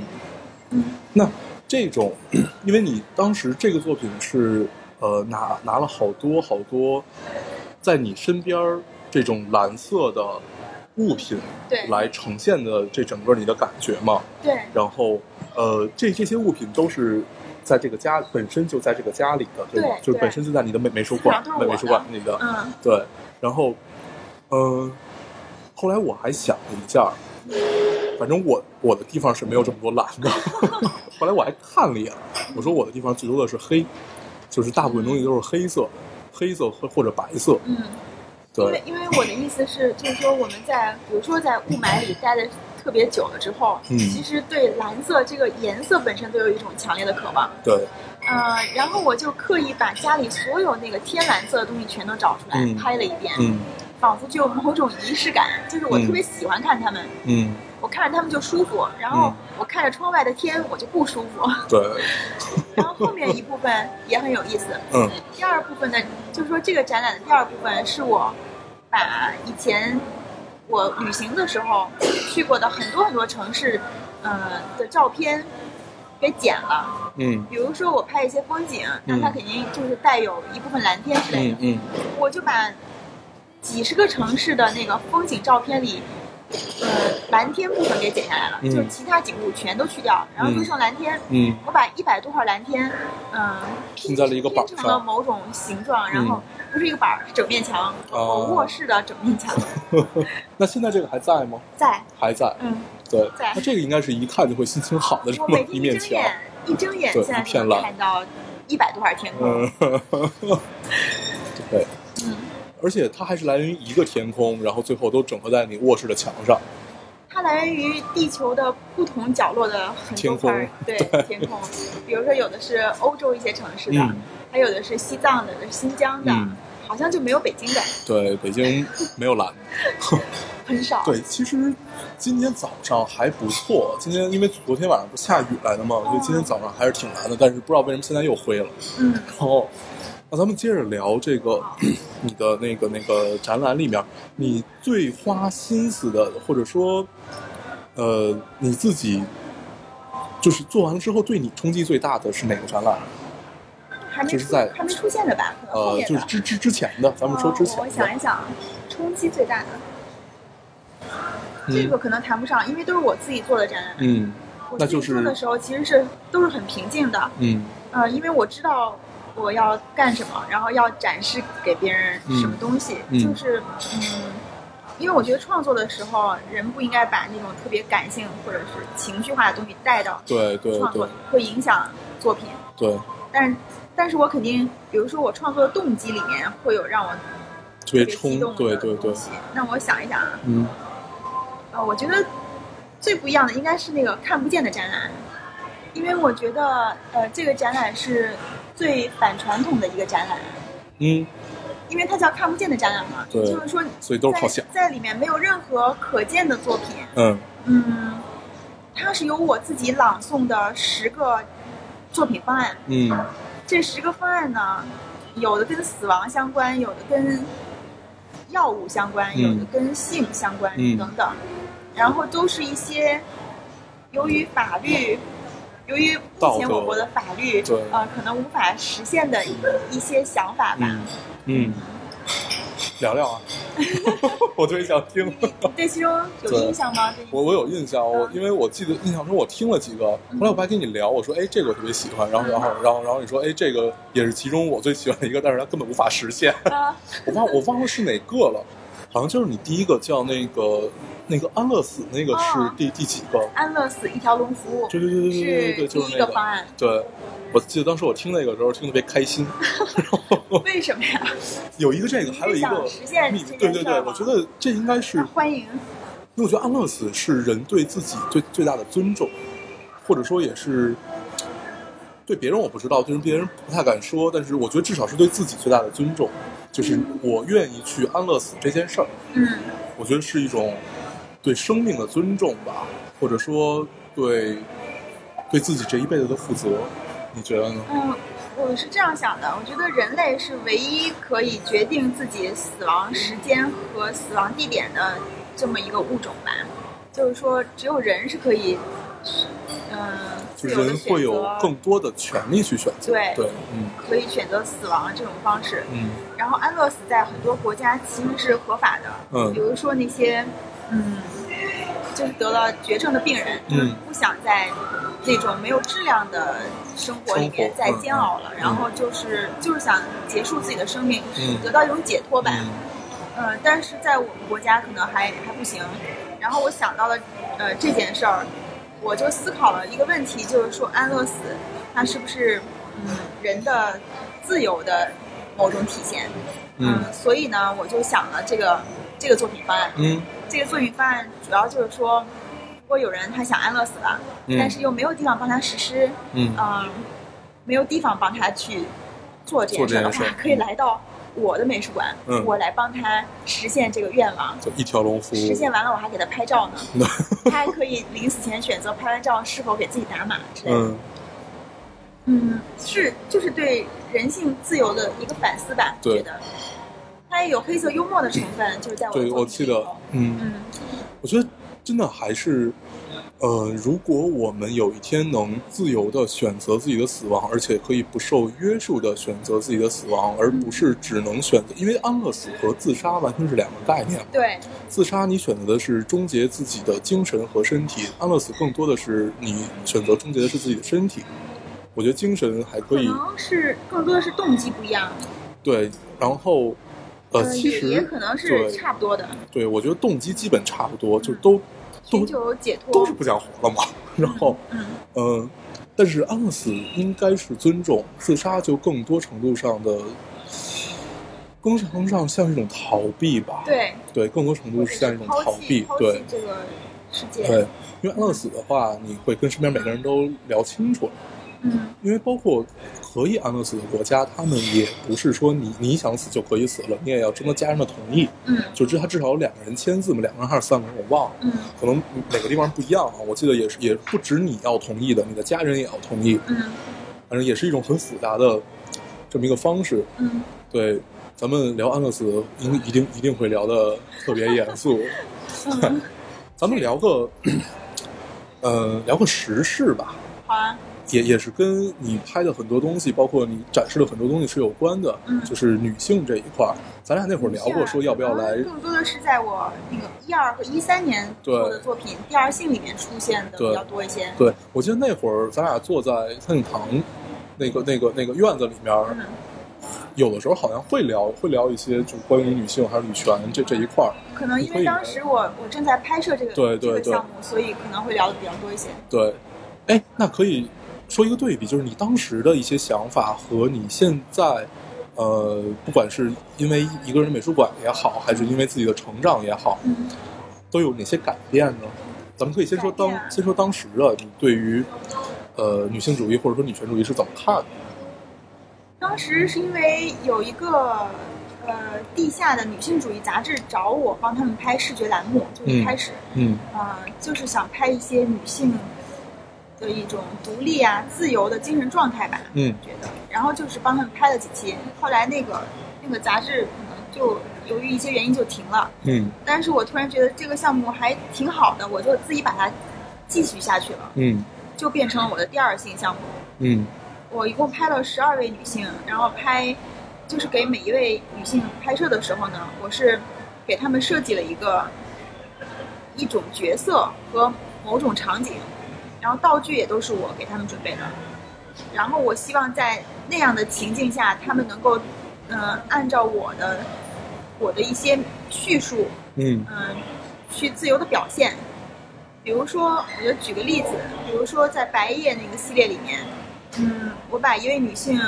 Speaker 3: 嗯嗯嗯那这种， 因为你当时这个作品是呃拿拿了好多好多，在你身边儿这种蓝色的物品
Speaker 4: 对
Speaker 3: 来呈现的这整个你的感觉嘛，
Speaker 4: 对，
Speaker 3: 然后呃这这些物品都是。在这个家本身就在这个家里的，吧
Speaker 4: 对
Speaker 3: 就是
Speaker 4: 对
Speaker 3: 本身就在你的美美术馆
Speaker 4: 基本上
Speaker 3: 美
Speaker 4: 都是我的
Speaker 3: 美术馆里的，
Speaker 4: 嗯
Speaker 3: 对，然后，嗯、后来我还想了一下，反正我我的地方是没有这么多蓝的。 后来我还看了一眼，我说我的地方最多的是黑，就是大部分东西都是黑色，黑色或或者白色。
Speaker 4: 嗯，因为
Speaker 3: 对，
Speaker 4: 因为我的意思是，就是说我们在比如说在雾霾里待的特别久了之后，
Speaker 3: 嗯
Speaker 4: 其实对蓝色这个颜色本身都有一种强烈的渴望。
Speaker 3: 对，
Speaker 4: 呃，然后我就刻意把家里所有那个天蓝色的东西全都找出来、
Speaker 3: 嗯
Speaker 4: 拍了一遍，
Speaker 3: 嗯
Speaker 4: 仿佛就有某种仪式感，就是我
Speaker 3: 嗯
Speaker 4: 特别喜欢看它们。
Speaker 3: 嗯，
Speaker 4: 我看着他们就舒服，然后我看着窗外的天我就不舒服。
Speaker 3: 对，
Speaker 4: 然后后面一部分也很有意思，
Speaker 3: 嗯
Speaker 4: 第二部分的，就是说这个展览的第二部分是我把以前我旅行的时候去过的很多很多城市，呃的照片给剪了。
Speaker 3: 嗯
Speaker 4: 比如说我拍一些风景，那
Speaker 3: 嗯
Speaker 4: 它肯定就是带有一部分蓝天之类的。
Speaker 3: 嗯嗯
Speaker 4: 我就把几十个城市的那个风景照片里，呃蓝天部分给剪下来了，
Speaker 3: 嗯
Speaker 4: 就是其他景物全都去掉了，然后就剩蓝天。
Speaker 3: 嗯
Speaker 4: 我把一百多块蓝天，嗯、
Speaker 3: 拼在了一个板
Speaker 4: 拼成了
Speaker 3: 上，嗯
Speaker 4: 某种形状，然后不是一个板儿，是整面墙，我
Speaker 3: 哦
Speaker 4: 卧室的整面 墙
Speaker 3: 那现在这个还在吗？
Speaker 4: 在，
Speaker 3: 还在，
Speaker 4: 嗯，
Speaker 3: 对。
Speaker 4: 在
Speaker 3: 那这个应该是一看就会心情好的这
Speaker 4: 我
Speaker 3: 么
Speaker 4: 每天
Speaker 3: 一
Speaker 4: 一
Speaker 3: 面墙。
Speaker 4: 睁眼一睁眼，
Speaker 3: 对
Speaker 4: 现在
Speaker 3: 一片
Speaker 4: 就
Speaker 3: 蓝
Speaker 4: 能看到一百多块天空，
Speaker 3: 嗯， 对，
Speaker 4: 嗯，
Speaker 3: 而且它还是来源于一个天空，然后最后都整合在你卧室的墙上。
Speaker 4: 它来源于地球的不同角落的很多
Speaker 3: 天空
Speaker 4: 块儿，对天空，比如说有的是欧洲一些城市的，
Speaker 3: 嗯
Speaker 4: 还有的是西藏的，有的是新疆的，
Speaker 3: 嗯，
Speaker 4: 好像就没有北京的，
Speaker 3: 对，北京没有蓝。
Speaker 4: 很少。
Speaker 3: 对，其实今天早上还不错，今天因为昨天晚上不下雨来的嘛，所以今天早上还是挺蓝的，但是不知道为什么现在又灰了。
Speaker 4: 嗯，
Speaker 3: 然后，那咱们接着聊这个
Speaker 4: 好
Speaker 3: 你的那个那个展览里面，你最花心思的，或者说，呃，你自己就是做完了之后对你冲击最大的是哪个展览？
Speaker 4: 还没
Speaker 3: 就是
Speaker 4: 出
Speaker 3: 在
Speaker 4: 还没出现的吧？可能后
Speaker 3: 呃，
Speaker 4: 面
Speaker 3: 就
Speaker 4: 的。
Speaker 3: 是之之之前的，咱们说之
Speaker 4: 哦
Speaker 3: 前
Speaker 4: 我
Speaker 3: 的
Speaker 4: 想，一想，冲击最大的、这
Speaker 3: 嗯
Speaker 4: 个可能谈不上，因为都是我自己做的展览。
Speaker 3: 嗯
Speaker 4: 我
Speaker 3: 那
Speaker 4: 自
Speaker 3: 就
Speaker 4: 己
Speaker 3: 是
Speaker 4: 做的时候其实是都是很平静的，
Speaker 3: 嗯
Speaker 4: 呃，因为我知道我要干什么，然后要展示给别人什么东西，
Speaker 3: 嗯嗯
Speaker 4: 就是嗯。因为我觉得创作的时候，人不应该把那种特别感性或者是情绪化的东西带到
Speaker 3: 对对
Speaker 4: 创
Speaker 3: 对
Speaker 4: 作，会影响作品。
Speaker 3: 对，
Speaker 4: 但是，但是我肯定，比如说我创作的动机里面会有让我
Speaker 3: 特
Speaker 4: 特
Speaker 3: 别
Speaker 4: 别
Speaker 3: 冲
Speaker 4: 激动，
Speaker 3: 对
Speaker 4: 的
Speaker 3: 对对
Speaker 4: 东，西。那我想一想啊，
Speaker 3: 嗯
Speaker 4: 呃，我觉得最不一样的应该是那个看不见的展览，因为我觉得呃，这个展览是最反传统的一个展览，
Speaker 3: 嗯，
Speaker 4: 因为它叫看不见的展览嘛，
Speaker 3: 对
Speaker 4: 就是说
Speaker 3: 所以都是靠想
Speaker 4: 在，在里面没有任何可见的作品，
Speaker 3: 嗯
Speaker 4: 嗯，它是由我自己朗诵的十个作品方案，
Speaker 3: 嗯
Speaker 4: 这十个方案呢，有的跟死亡相关，有的跟药物相关，
Speaker 3: 嗯
Speaker 4: 有的跟性相关、
Speaker 3: 嗯
Speaker 4: 等等，然后都是一些由于法律，由于目
Speaker 3: 道
Speaker 4: 前
Speaker 3: 德
Speaker 4: 我国的法律
Speaker 3: 对，
Speaker 4: 呃，可能无法实现的一一些想法吧。
Speaker 3: 嗯嗯，聊聊啊， 我特别想听。
Speaker 4: 你 对其中
Speaker 3: 嗯
Speaker 4: 有
Speaker 3: 对
Speaker 4: 印象吗？对
Speaker 3: 我我有印象，我
Speaker 4: 嗯
Speaker 3: 因为我记得印象中我听了几个，后来我还跟你聊，我说哎这个我特别喜欢，然后然后
Speaker 4: 嗯
Speaker 3: 然后然后你说哎这个也是其中我最喜欢的一个，但是它根本无法实现，
Speaker 4: 啊，
Speaker 3: 我忘我忘了是哪个了，好像就是你第一个叫那个那个安乐死那个是
Speaker 4: 哦
Speaker 3: 第、第几个？
Speaker 4: 安乐死一条龙服务
Speaker 3: 对对对对对对
Speaker 4: 是
Speaker 3: 对，
Speaker 4: 第
Speaker 3: 就是
Speaker 4: 一
Speaker 3: 那
Speaker 4: 个方案，
Speaker 3: 对，我记得当时我听那个时候听得特别开心，哦
Speaker 4: 为什么呀？
Speaker 3: 有一个这个，还有一
Speaker 4: 你是
Speaker 3: 个
Speaker 4: 想实现
Speaker 3: 秘密
Speaker 4: 这件
Speaker 3: 对对
Speaker 4: 事
Speaker 3: 对，
Speaker 4: 儿吗
Speaker 3: 我觉得这应该是
Speaker 4: 欢迎，
Speaker 3: 因为我觉得安乐死是人对自己最最大的尊重，或者说也是对别人我不知道，对别人不太敢说，但是我觉得至少是对自己最大的尊重，就是我愿意去安乐死这件事儿，
Speaker 4: 嗯
Speaker 3: 我觉得是一种对生命的尊重吧，或者说对对自己这一辈子的负责，你觉得呢？
Speaker 4: 嗯，我是这样想的，我觉得人类是唯一可以决定自己死亡时间和死亡地点的这么一个物种吧。就是说，只有人是可以，嗯、自由的
Speaker 3: 人
Speaker 4: 选
Speaker 3: 会有
Speaker 4: 择，
Speaker 3: 更多的权利去选择，
Speaker 4: 对
Speaker 3: 对，嗯
Speaker 4: 可以选择死亡这种方式。
Speaker 3: 嗯
Speaker 4: 然后安乐死在很多国家其实是合法的，
Speaker 3: 嗯
Speaker 4: 比如说那些，嗯，就是得了绝症的病人，
Speaker 3: 嗯
Speaker 4: 就是不想在那种没有质量的生活里
Speaker 3: 生
Speaker 4: 面
Speaker 3: 活嗯
Speaker 4: 再煎熬了，然后就是就是想结束自己的生命，
Speaker 3: 嗯
Speaker 4: 得到一种解脱吧。
Speaker 3: 嗯
Speaker 4: 呃，但是在我们国家可能还还不行。然后我想到了呃这件事儿，我就思考了一个问题，就是说安乐死它是不是嗯人的自由的某种体现？
Speaker 3: 嗯
Speaker 4: 所以呢，我就想了这个这个作品方案。
Speaker 3: 嗯
Speaker 4: 这个作品方案主要就是说，如果有人他想安乐死了，
Speaker 3: 嗯
Speaker 4: 但是又没有地方帮他实施，
Speaker 3: 嗯
Speaker 4: 嗯、没有地方帮他去做这件事儿的
Speaker 3: 做这件事
Speaker 4: 话
Speaker 3: 儿，
Speaker 4: 可以来到我的美术馆，
Speaker 3: 嗯
Speaker 4: 我来帮他实现这个愿望。
Speaker 3: 就一条龙服务，
Speaker 4: 实现完了，我还给他拍照呢。他还可以临死前选择拍完照是否给自己打码之类 的。
Speaker 3: 嗯。
Speaker 4: 嗯，是就是对人性自由的一个反思吧，
Speaker 3: 对
Speaker 4: 觉得。它也有黑色幽默的成分，就是在我的
Speaker 3: 对，
Speaker 4: 作
Speaker 3: 我
Speaker 4: 品
Speaker 3: 记
Speaker 4: 里
Speaker 3: 得
Speaker 4: 头，
Speaker 3: 嗯，
Speaker 4: 嗯
Speaker 3: 我觉得真的还是，呃，如果我们有一天能自由的选择自己的死亡，而且可以不受约束的选择自己的死亡，而不是只能选择，因为安乐死和自杀完全是两个概念嘛。
Speaker 4: 对，
Speaker 3: 自杀你选择的是终结自己的精神和身体，安乐死更多的是你选择终结的是自己的身体。我觉得精神还可
Speaker 4: 可
Speaker 3: 以，
Speaker 4: 能是更多的是动机不一样，
Speaker 3: 对，然后，呃，其
Speaker 4: 也也
Speaker 3: 实
Speaker 4: 可能是
Speaker 3: 对
Speaker 4: 差不多的，
Speaker 3: 对，我觉得动机基本差不多，就都
Speaker 4: 寻
Speaker 3: 都
Speaker 4: 求解脱，
Speaker 3: 都是不想活了嘛。 然后，
Speaker 4: 嗯，
Speaker 3: 嗯，但是安乐死应该是尊重，自杀就更多程度上的，更程度上像一种逃避吧。
Speaker 4: 对，
Speaker 3: 对，更多程度
Speaker 4: 或者
Speaker 3: 是像一
Speaker 4: 是
Speaker 3: 种
Speaker 4: 抛
Speaker 3: 逃
Speaker 4: 弃
Speaker 3: 避
Speaker 4: 抛。
Speaker 3: 对
Speaker 4: 弃这个世界，
Speaker 3: 对，因为安乐死的话，你会跟身边每个人都聊清楚了。
Speaker 4: 嗯，
Speaker 3: 因为包括可以安乐死的国家，他们也不是说你你想死就可以死了，你也要征得家人的同意。
Speaker 4: 嗯
Speaker 3: 就至他至少有两个人签字嘛，两个人还是三个人，我忘了，
Speaker 4: 嗯
Speaker 3: 可能每个地方不一样啊。我记得也是，也不止你要同意的，你的家人也要同意，
Speaker 4: 嗯
Speaker 3: 反正也是一种很复杂的这么一个方式。
Speaker 4: 嗯，
Speaker 3: 对，咱们聊安乐死，一定一定一定会聊的特别严肃。
Speaker 4: 嗯
Speaker 3: 咱们聊个，呃，聊个时事吧，
Speaker 4: 好啊，
Speaker 3: 也也是跟你拍的很多东西，包括你展示的很多东西是有关的，
Speaker 4: 嗯
Speaker 3: 就是女性这一块儿。咱俩那会儿聊过，说要不要来
Speaker 4: 可能更多啊的是在我那个一二和一三年
Speaker 3: 对
Speaker 4: 做的作品《第二性》里面出现的
Speaker 3: 对
Speaker 4: 比较多一些。
Speaker 3: 对，我记得那会儿咱俩坐在三景堂那个、那个、那个院子里面儿，
Speaker 4: 嗯，
Speaker 3: 有的时候好像会聊，会聊一些就关于女性还是女权这这一块儿。
Speaker 4: 可能因为当时我我正在拍摄这个
Speaker 3: 对对
Speaker 4: 这个项目，所以可能会聊的比较多一些。
Speaker 3: 对，哎，那可以说一个对比，就是你当时的一些想法和你现在，呃，不管是因为一个人美术馆也好，还是因为自己的成长也好，
Speaker 4: 嗯，
Speaker 3: 都有哪些改变呢？咱们可以先说当
Speaker 4: 改变啊
Speaker 3: 先说当时的你对于，呃，女性主义或者说女权主义是怎么看的？
Speaker 4: 当时是因为有一个呃地下的女性主义杂志找我帮他们拍视觉栏目，就是
Speaker 3: 嗯
Speaker 4: 开始，
Speaker 3: 嗯
Speaker 4: 呃，就是想拍一些女性的一种独立啊、自由的精神状态吧。
Speaker 3: 嗯
Speaker 4: 觉得，然后就是帮他们拍了几期，后来那个那个杂志可能就由于一些原因就停了，
Speaker 3: 嗯
Speaker 4: 但是我突然觉得这个项目还挺好的，我就自己把它继续下去了，
Speaker 3: 嗯
Speaker 4: 就变成了我的第二性项目。
Speaker 3: 嗯
Speaker 4: 我一共拍了十二位女性，然后拍就是给每一位女性拍摄的时候呢，我是给她们设计了一个一种角色和某种场景，然后道具也都是我给她们准备的。然后我希望在那样的情境下，她们能够嗯、呃按照我的我的一些叙述，
Speaker 3: 嗯
Speaker 4: 嗯，去自由的表现。比如说，我就举个例子，比如说在白夜那个系列里面，嗯，我把一位女性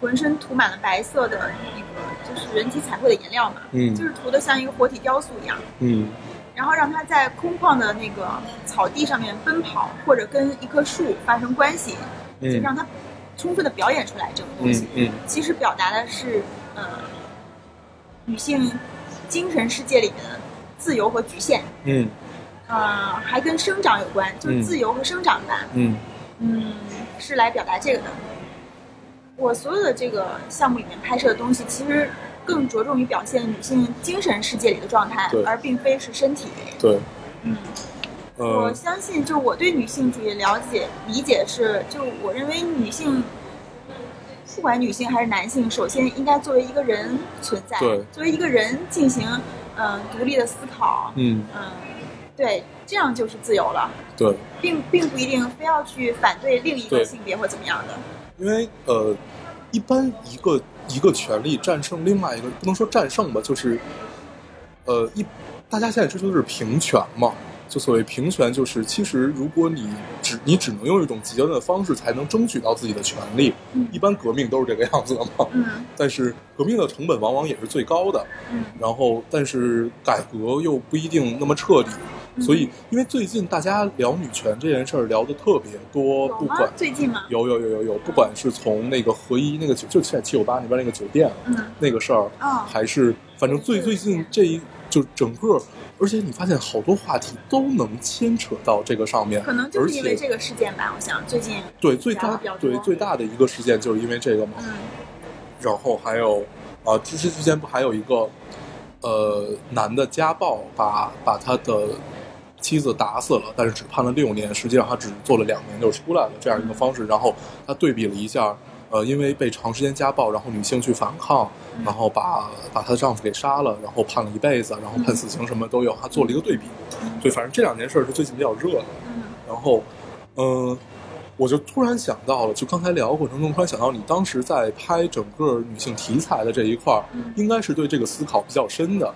Speaker 4: 浑身涂满了白色的那个就是人体彩绘的颜料嘛，
Speaker 3: 嗯
Speaker 4: 就是涂的像一个活体雕塑一样，
Speaker 3: 嗯
Speaker 4: 然后让她在空旷的那个草地上面奔跑，或者跟一棵树发生关系，就
Speaker 3: 嗯
Speaker 4: 让她充分的表演出来这种东西
Speaker 3: 嗯。嗯
Speaker 4: 其实表达的是，呃，女性精神世界里面的自由和局限，
Speaker 3: 嗯
Speaker 4: 呃，还跟生长有关，就是
Speaker 3: 嗯
Speaker 4: 自由和生长吧，
Speaker 3: 嗯
Speaker 4: 嗯，是来表达这个的。我所有的这个项目里面拍摄的东西，其实更着重于表现女性精神世界里的状态
Speaker 3: 对，
Speaker 4: 而并非是身体。
Speaker 3: 对，
Speaker 4: 嗯，我
Speaker 3: 呃
Speaker 4: 相信，就我对女性主义的了解理解是，就我认为女性，不管女性还是男性，首先应该作为一个人存在，
Speaker 3: 对
Speaker 4: 作为一个人进行嗯、呃独立的思考，
Speaker 3: 嗯
Speaker 4: 嗯、对，这样就是自由了，
Speaker 3: 对。
Speaker 4: 并并不一定非要去反对另一
Speaker 3: 对
Speaker 4: 个性别或怎么样的，
Speaker 3: 因为呃，一般一个一个权利战胜另外一个，不能说战胜吧，就是呃一大家现在追求的是平权嘛，就所谓平权，就是其实如果你只你只能用一种极端的方式才能争取到自己的权利，
Speaker 4: 嗯
Speaker 3: 一般革命都是这个样子的嘛。
Speaker 4: 嗯
Speaker 3: 但是革命的成本往往也是最高的，
Speaker 4: 嗯
Speaker 3: 然后但是改革又不一定那么彻底。
Speaker 4: 嗯
Speaker 3: 所以，因为最近大家聊女权这件事儿聊的特别多，
Speaker 4: 有
Speaker 3: 不
Speaker 4: 吗
Speaker 3: 管？
Speaker 4: 最近吗？
Speaker 3: 有有有有有，不管是从那个合一那个酒，就在七九八那边那个酒店
Speaker 4: 嗯
Speaker 3: 那个事儿，
Speaker 4: 啊、
Speaker 3: 还是反正最最近这一就整个，而且你发现好多话题都能牵扯到这个上面，
Speaker 4: 可能就是因为
Speaker 3: 而且
Speaker 4: 这个事件吧，我想最近，
Speaker 3: 对最
Speaker 4: 聊
Speaker 3: 大
Speaker 4: 得比较多
Speaker 3: 对最大的一个事件就是因为这个嘛，
Speaker 4: 嗯
Speaker 3: 然后还有啊，之之之呃前不还有一个呃男的家暴把把他的妻子打死了，但是只判了六年，实际上他只做了两年就出来了这样一个方式。然后他对比了一下，呃，因为被长时间家暴，然后女性去反抗，然后把把她的丈夫给杀了，然后判了一辈子，然后判死刑什么都有，他做了一个对比。对，反正这两件事儿是最近比较热的。然后，嗯、我就突然想到了，就刚才聊过程中突然想到，你当时在拍整个女性题材的这一块儿，应该是对这个思考比较深的。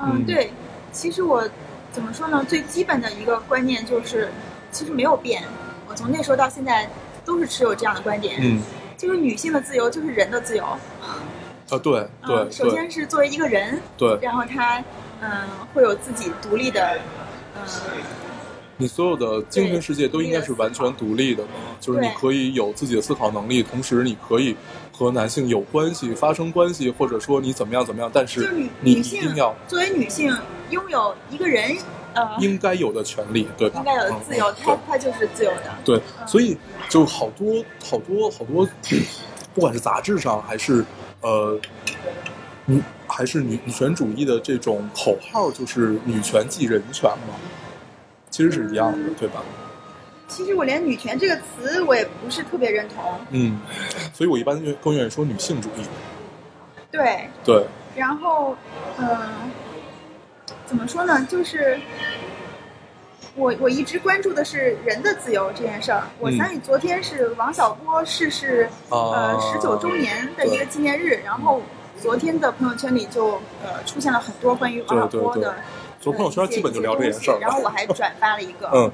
Speaker 3: 嗯
Speaker 4: 嗯，对，其实我怎么说呢？最基本的一个观念就是，其实没有变。我从那时候到现在都是持有这样的观点，
Speaker 3: 嗯，
Speaker 4: 就是女性的自由就是人的自由。
Speaker 3: 啊，对
Speaker 4: 嗯
Speaker 3: 对
Speaker 4: 首
Speaker 3: 对
Speaker 4: 先是作为一个人，
Speaker 3: 对，
Speaker 4: 然后她嗯、会有自己独立的嗯、
Speaker 3: 你所有的精神世界都应该是完全独立的嘛，就是你
Speaker 4: 对
Speaker 3: 可以有自己的思考能力，同时你可以和男性有关系、发生关系，或者说你怎么样怎么样，但
Speaker 4: 就是是女
Speaker 3: 你一
Speaker 4: 女性
Speaker 3: 定要
Speaker 4: 作为女性拥有一个人呃应
Speaker 3: 应该有的权利，对吧？
Speaker 4: 该有的
Speaker 3: 嗯
Speaker 4: 自由，
Speaker 3: 嗯
Speaker 4: 她她就是自由的。
Speaker 3: 对，
Speaker 4: 嗯
Speaker 3: 所以就好多好多好多，不管是杂志上还是呃，女还是女女权主义的这种口号，就是女权即人权嘛，其实是一样的，对吧？
Speaker 4: 其实我连女权这个词我也不是特别认同，
Speaker 3: 嗯，所以我一般愿更愿意说女性主义，
Speaker 4: 对，
Speaker 3: 对，
Speaker 4: 然后，嗯、怎么说呢？就是我我一直关注的是人的自由这件事儿。我
Speaker 3: 嗯
Speaker 4: 相信昨天是王小波逝世、
Speaker 3: 啊
Speaker 4: 呃十九周年的一个纪念日，然后昨天的朋友圈里就呃出现了很多关于王小波
Speaker 3: 嗯对对对
Speaker 4: 的。
Speaker 3: 昨朋友圈基本就聊这件事儿
Speaker 4: 然后我还转发了一个，
Speaker 3: 嗯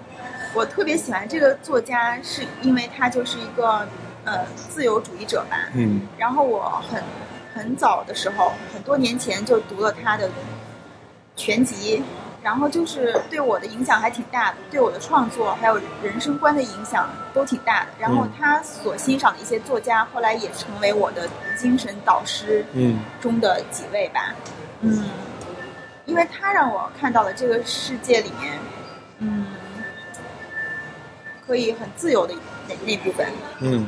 Speaker 4: 我特别喜欢这个作家，是因为他就是一个呃自由主义者吧，
Speaker 3: 嗯
Speaker 4: 然后我很很早的时候，很多年前就读了他的全集，然后就是对我的影响还挺大的，对我的创作还有人生观的影响都挺大的。然后
Speaker 3: 嗯
Speaker 4: 他所欣赏的一些作家，后来也成为我的精神导师
Speaker 3: 嗯
Speaker 4: 中的几位吧。嗯，因为他让我看到了这个世界里面，嗯，可以很自由的那那部分，
Speaker 3: 嗯，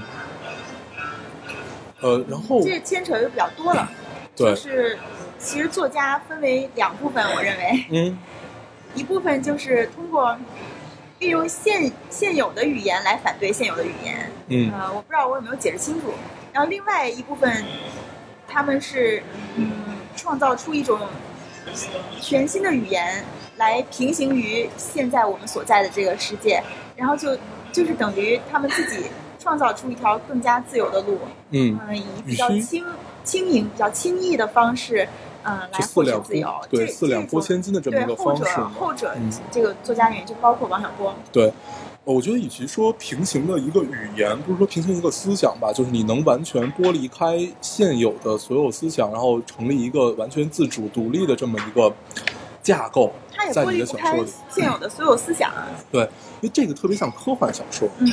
Speaker 3: 呃，然后
Speaker 4: 这牵扯就比较多了。
Speaker 3: 对
Speaker 4: 就，是其实作家分为两部分，我认为
Speaker 3: 嗯
Speaker 4: 一部分就是通过利用现现有的语言来反对现有的语言，
Speaker 3: 嗯
Speaker 4: 呃，我不知道我有没有解释清楚。然后另外一部分，他们是嗯创造出一种全新的语言来平行于现在我们所在的这个世界，然后就就是等于他们自己创造出一条更加自由的路。
Speaker 3: 嗯，
Speaker 4: 嗯，以比较
Speaker 3: 与其
Speaker 4: 轻轻盈、比较轻易的方式，嗯、来
Speaker 3: 就四
Speaker 4: 获取
Speaker 3: 两拨
Speaker 4: 自由。
Speaker 3: 对
Speaker 4: 这
Speaker 3: 四两拨。千斤的这
Speaker 4: 这
Speaker 3: 么一
Speaker 4: 种
Speaker 3: 个方
Speaker 4: 对后
Speaker 3: 式
Speaker 4: 者
Speaker 3: 嘛，
Speaker 4: 后者
Speaker 3: 嗯
Speaker 4: 这个作家里面就包括王小波，
Speaker 3: 对，呃我觉得与其说平行的一个语言，不是说平行一个思想吧，就是你能完全剥离开现有的所有思想，然后成立一个完全自主独立的这么一个架构
Speaker 4: 他也，
Speaker 3: 在
Speaker 4: 剥
Speaker 3: 你
Speaker 4: 离
Speaker 3: 的
Speaker 4: 不
Speaker 3: 小
Speaker 4: 开
Speaker 3: 说里。
Speaker 4: 现有的所有思想啊。
Speaker 3: 对，因为这个特别像科幻小说，
Speaker 4: 嗯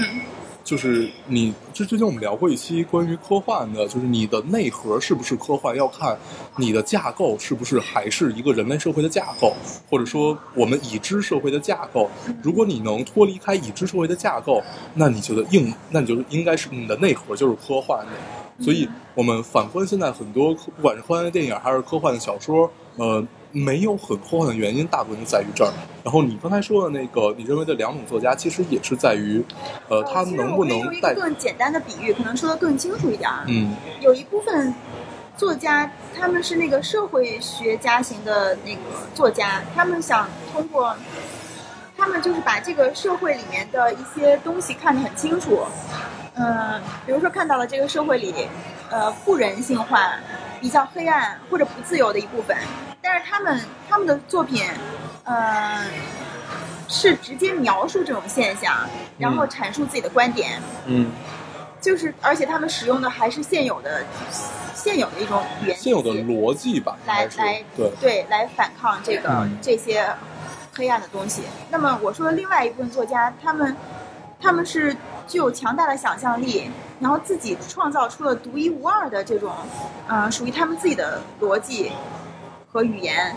Speaker 3: 就是你这之前我们聊过一期关于科幻的，就是你的内核是不是科幻，要看你的架构是不是还是一个人类社会的架构，或者说我们已知社会的架构。如果你能脱离开已知社会的架构，那你觉得硬，那你就应该是你的内核就是科幻的。所以我们反观现在很多，不管是科幻的电影还是科幻的小说，呃。没有很科幻的原因，大部分就在于这儿。然后你刚才说的那个，你认为的两种作家，其实也是在于，呃，
Speaker 4: 呃
Speaker 3: 他
Speaker 4: 其实
Speaker 3: 能不
Speaker 4: 我可以
Speaker 3: 能
Speaker 4: 用一
Speaker 3: 带
Speaker 4: 个更简单的比喻，可能说的更清楚一点啊？
Speaker 3: 嗯
Speaker 4: 有一部分作家，他们是那个社会学家型的那个作家，他们想通过，他们就是把这个社会里面的一些东西看得很清楚，嗯，比如说看到了这个社会里，呃，不人性化、比较黑暗或者不自由的一部分，但是他们他们的作品，呃，是直接描述这种现象，然后
Speaker 3: 嗯
Speaker 4: 阐述自己的观点。
Speaker 3: 嗯，
Speaker 4: 就是，而且他们使用的还是现有的、现有的一种语言体系，
Speaker 3: 现有的逻辑吧，应
Speaker 4: 来
Speaker 3: 该是
Speaker 4: 来
Speaker 3: 对，
Speaker 4: 对来反抗这个、
Speaker 3: 嗯
Speaker 4: 这些黑暗的东西。那么我说的另外一部分作家，他们他们是具有强大的想象力，然后自己创造出了独一无二的这种，呃，属于他们自己的逻辑和语言，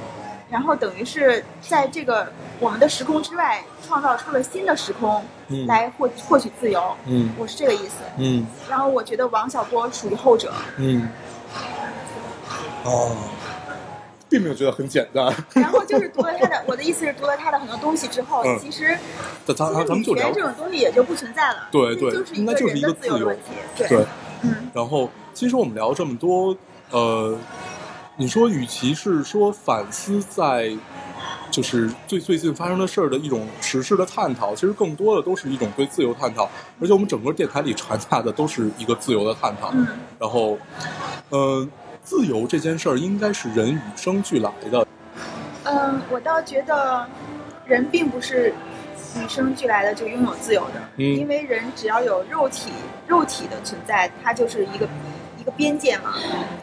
Speaker 4: 然后等于是在这个我们的时空之外创造出了新的时空，
Speaker 3: 嗯
Speaker 4: 来获获取自由。
Speaker 3: 嗯
Speaker 4: 我是这个意思。
Speaker 3: 嗯
Speaker 4: 然后我觉得王小波属于后者，
Speaker 3: 嗯，哦，并没有觉得很简单。
Speaker 4: 然后就是读了他的，我的意思是读了他的很多东西之后，
Speaker 3: 嗯
Speaker 4: 其实
Speaker 3: 咱咱咱咱们就
Speaker 4: 其实
Speaker 3: 聊
Speaker 4: 女权这种东西也就不存在了。
Speaker 3: 对
Speaker 4: 这
Speaker 3: 对
Speaker 4: 就是
Speaker 3: 应该就是
Speaker 4: 人
Speaker 3: 一个
Speaker 4: 的自由
Speaker 3: 自由
Speaker 4: 问题。对
Speaker 3: 对，
Speaker 4: 嗯，
Speaker 3: 然后其实我们聊这么多，呃，你说与其是说反思在就是最最近发生的事儿的一种时事的探讨，其实更多的都是一种对自由探讨，而且我们整个电台里传达的都是一个自由的探讨。
Speaker 4: 嗯
Speaker 3: 然后，呃，自由这件事儿应该是人与生俱来的，
Speaker 4: 嗯，我倒觉得人并不是与生俱来的就拥有自由的，
Speaker 3: 嗯
Speaker 4: 因为人只要有肉体肉体的存在，它就是一个一个边界嘛，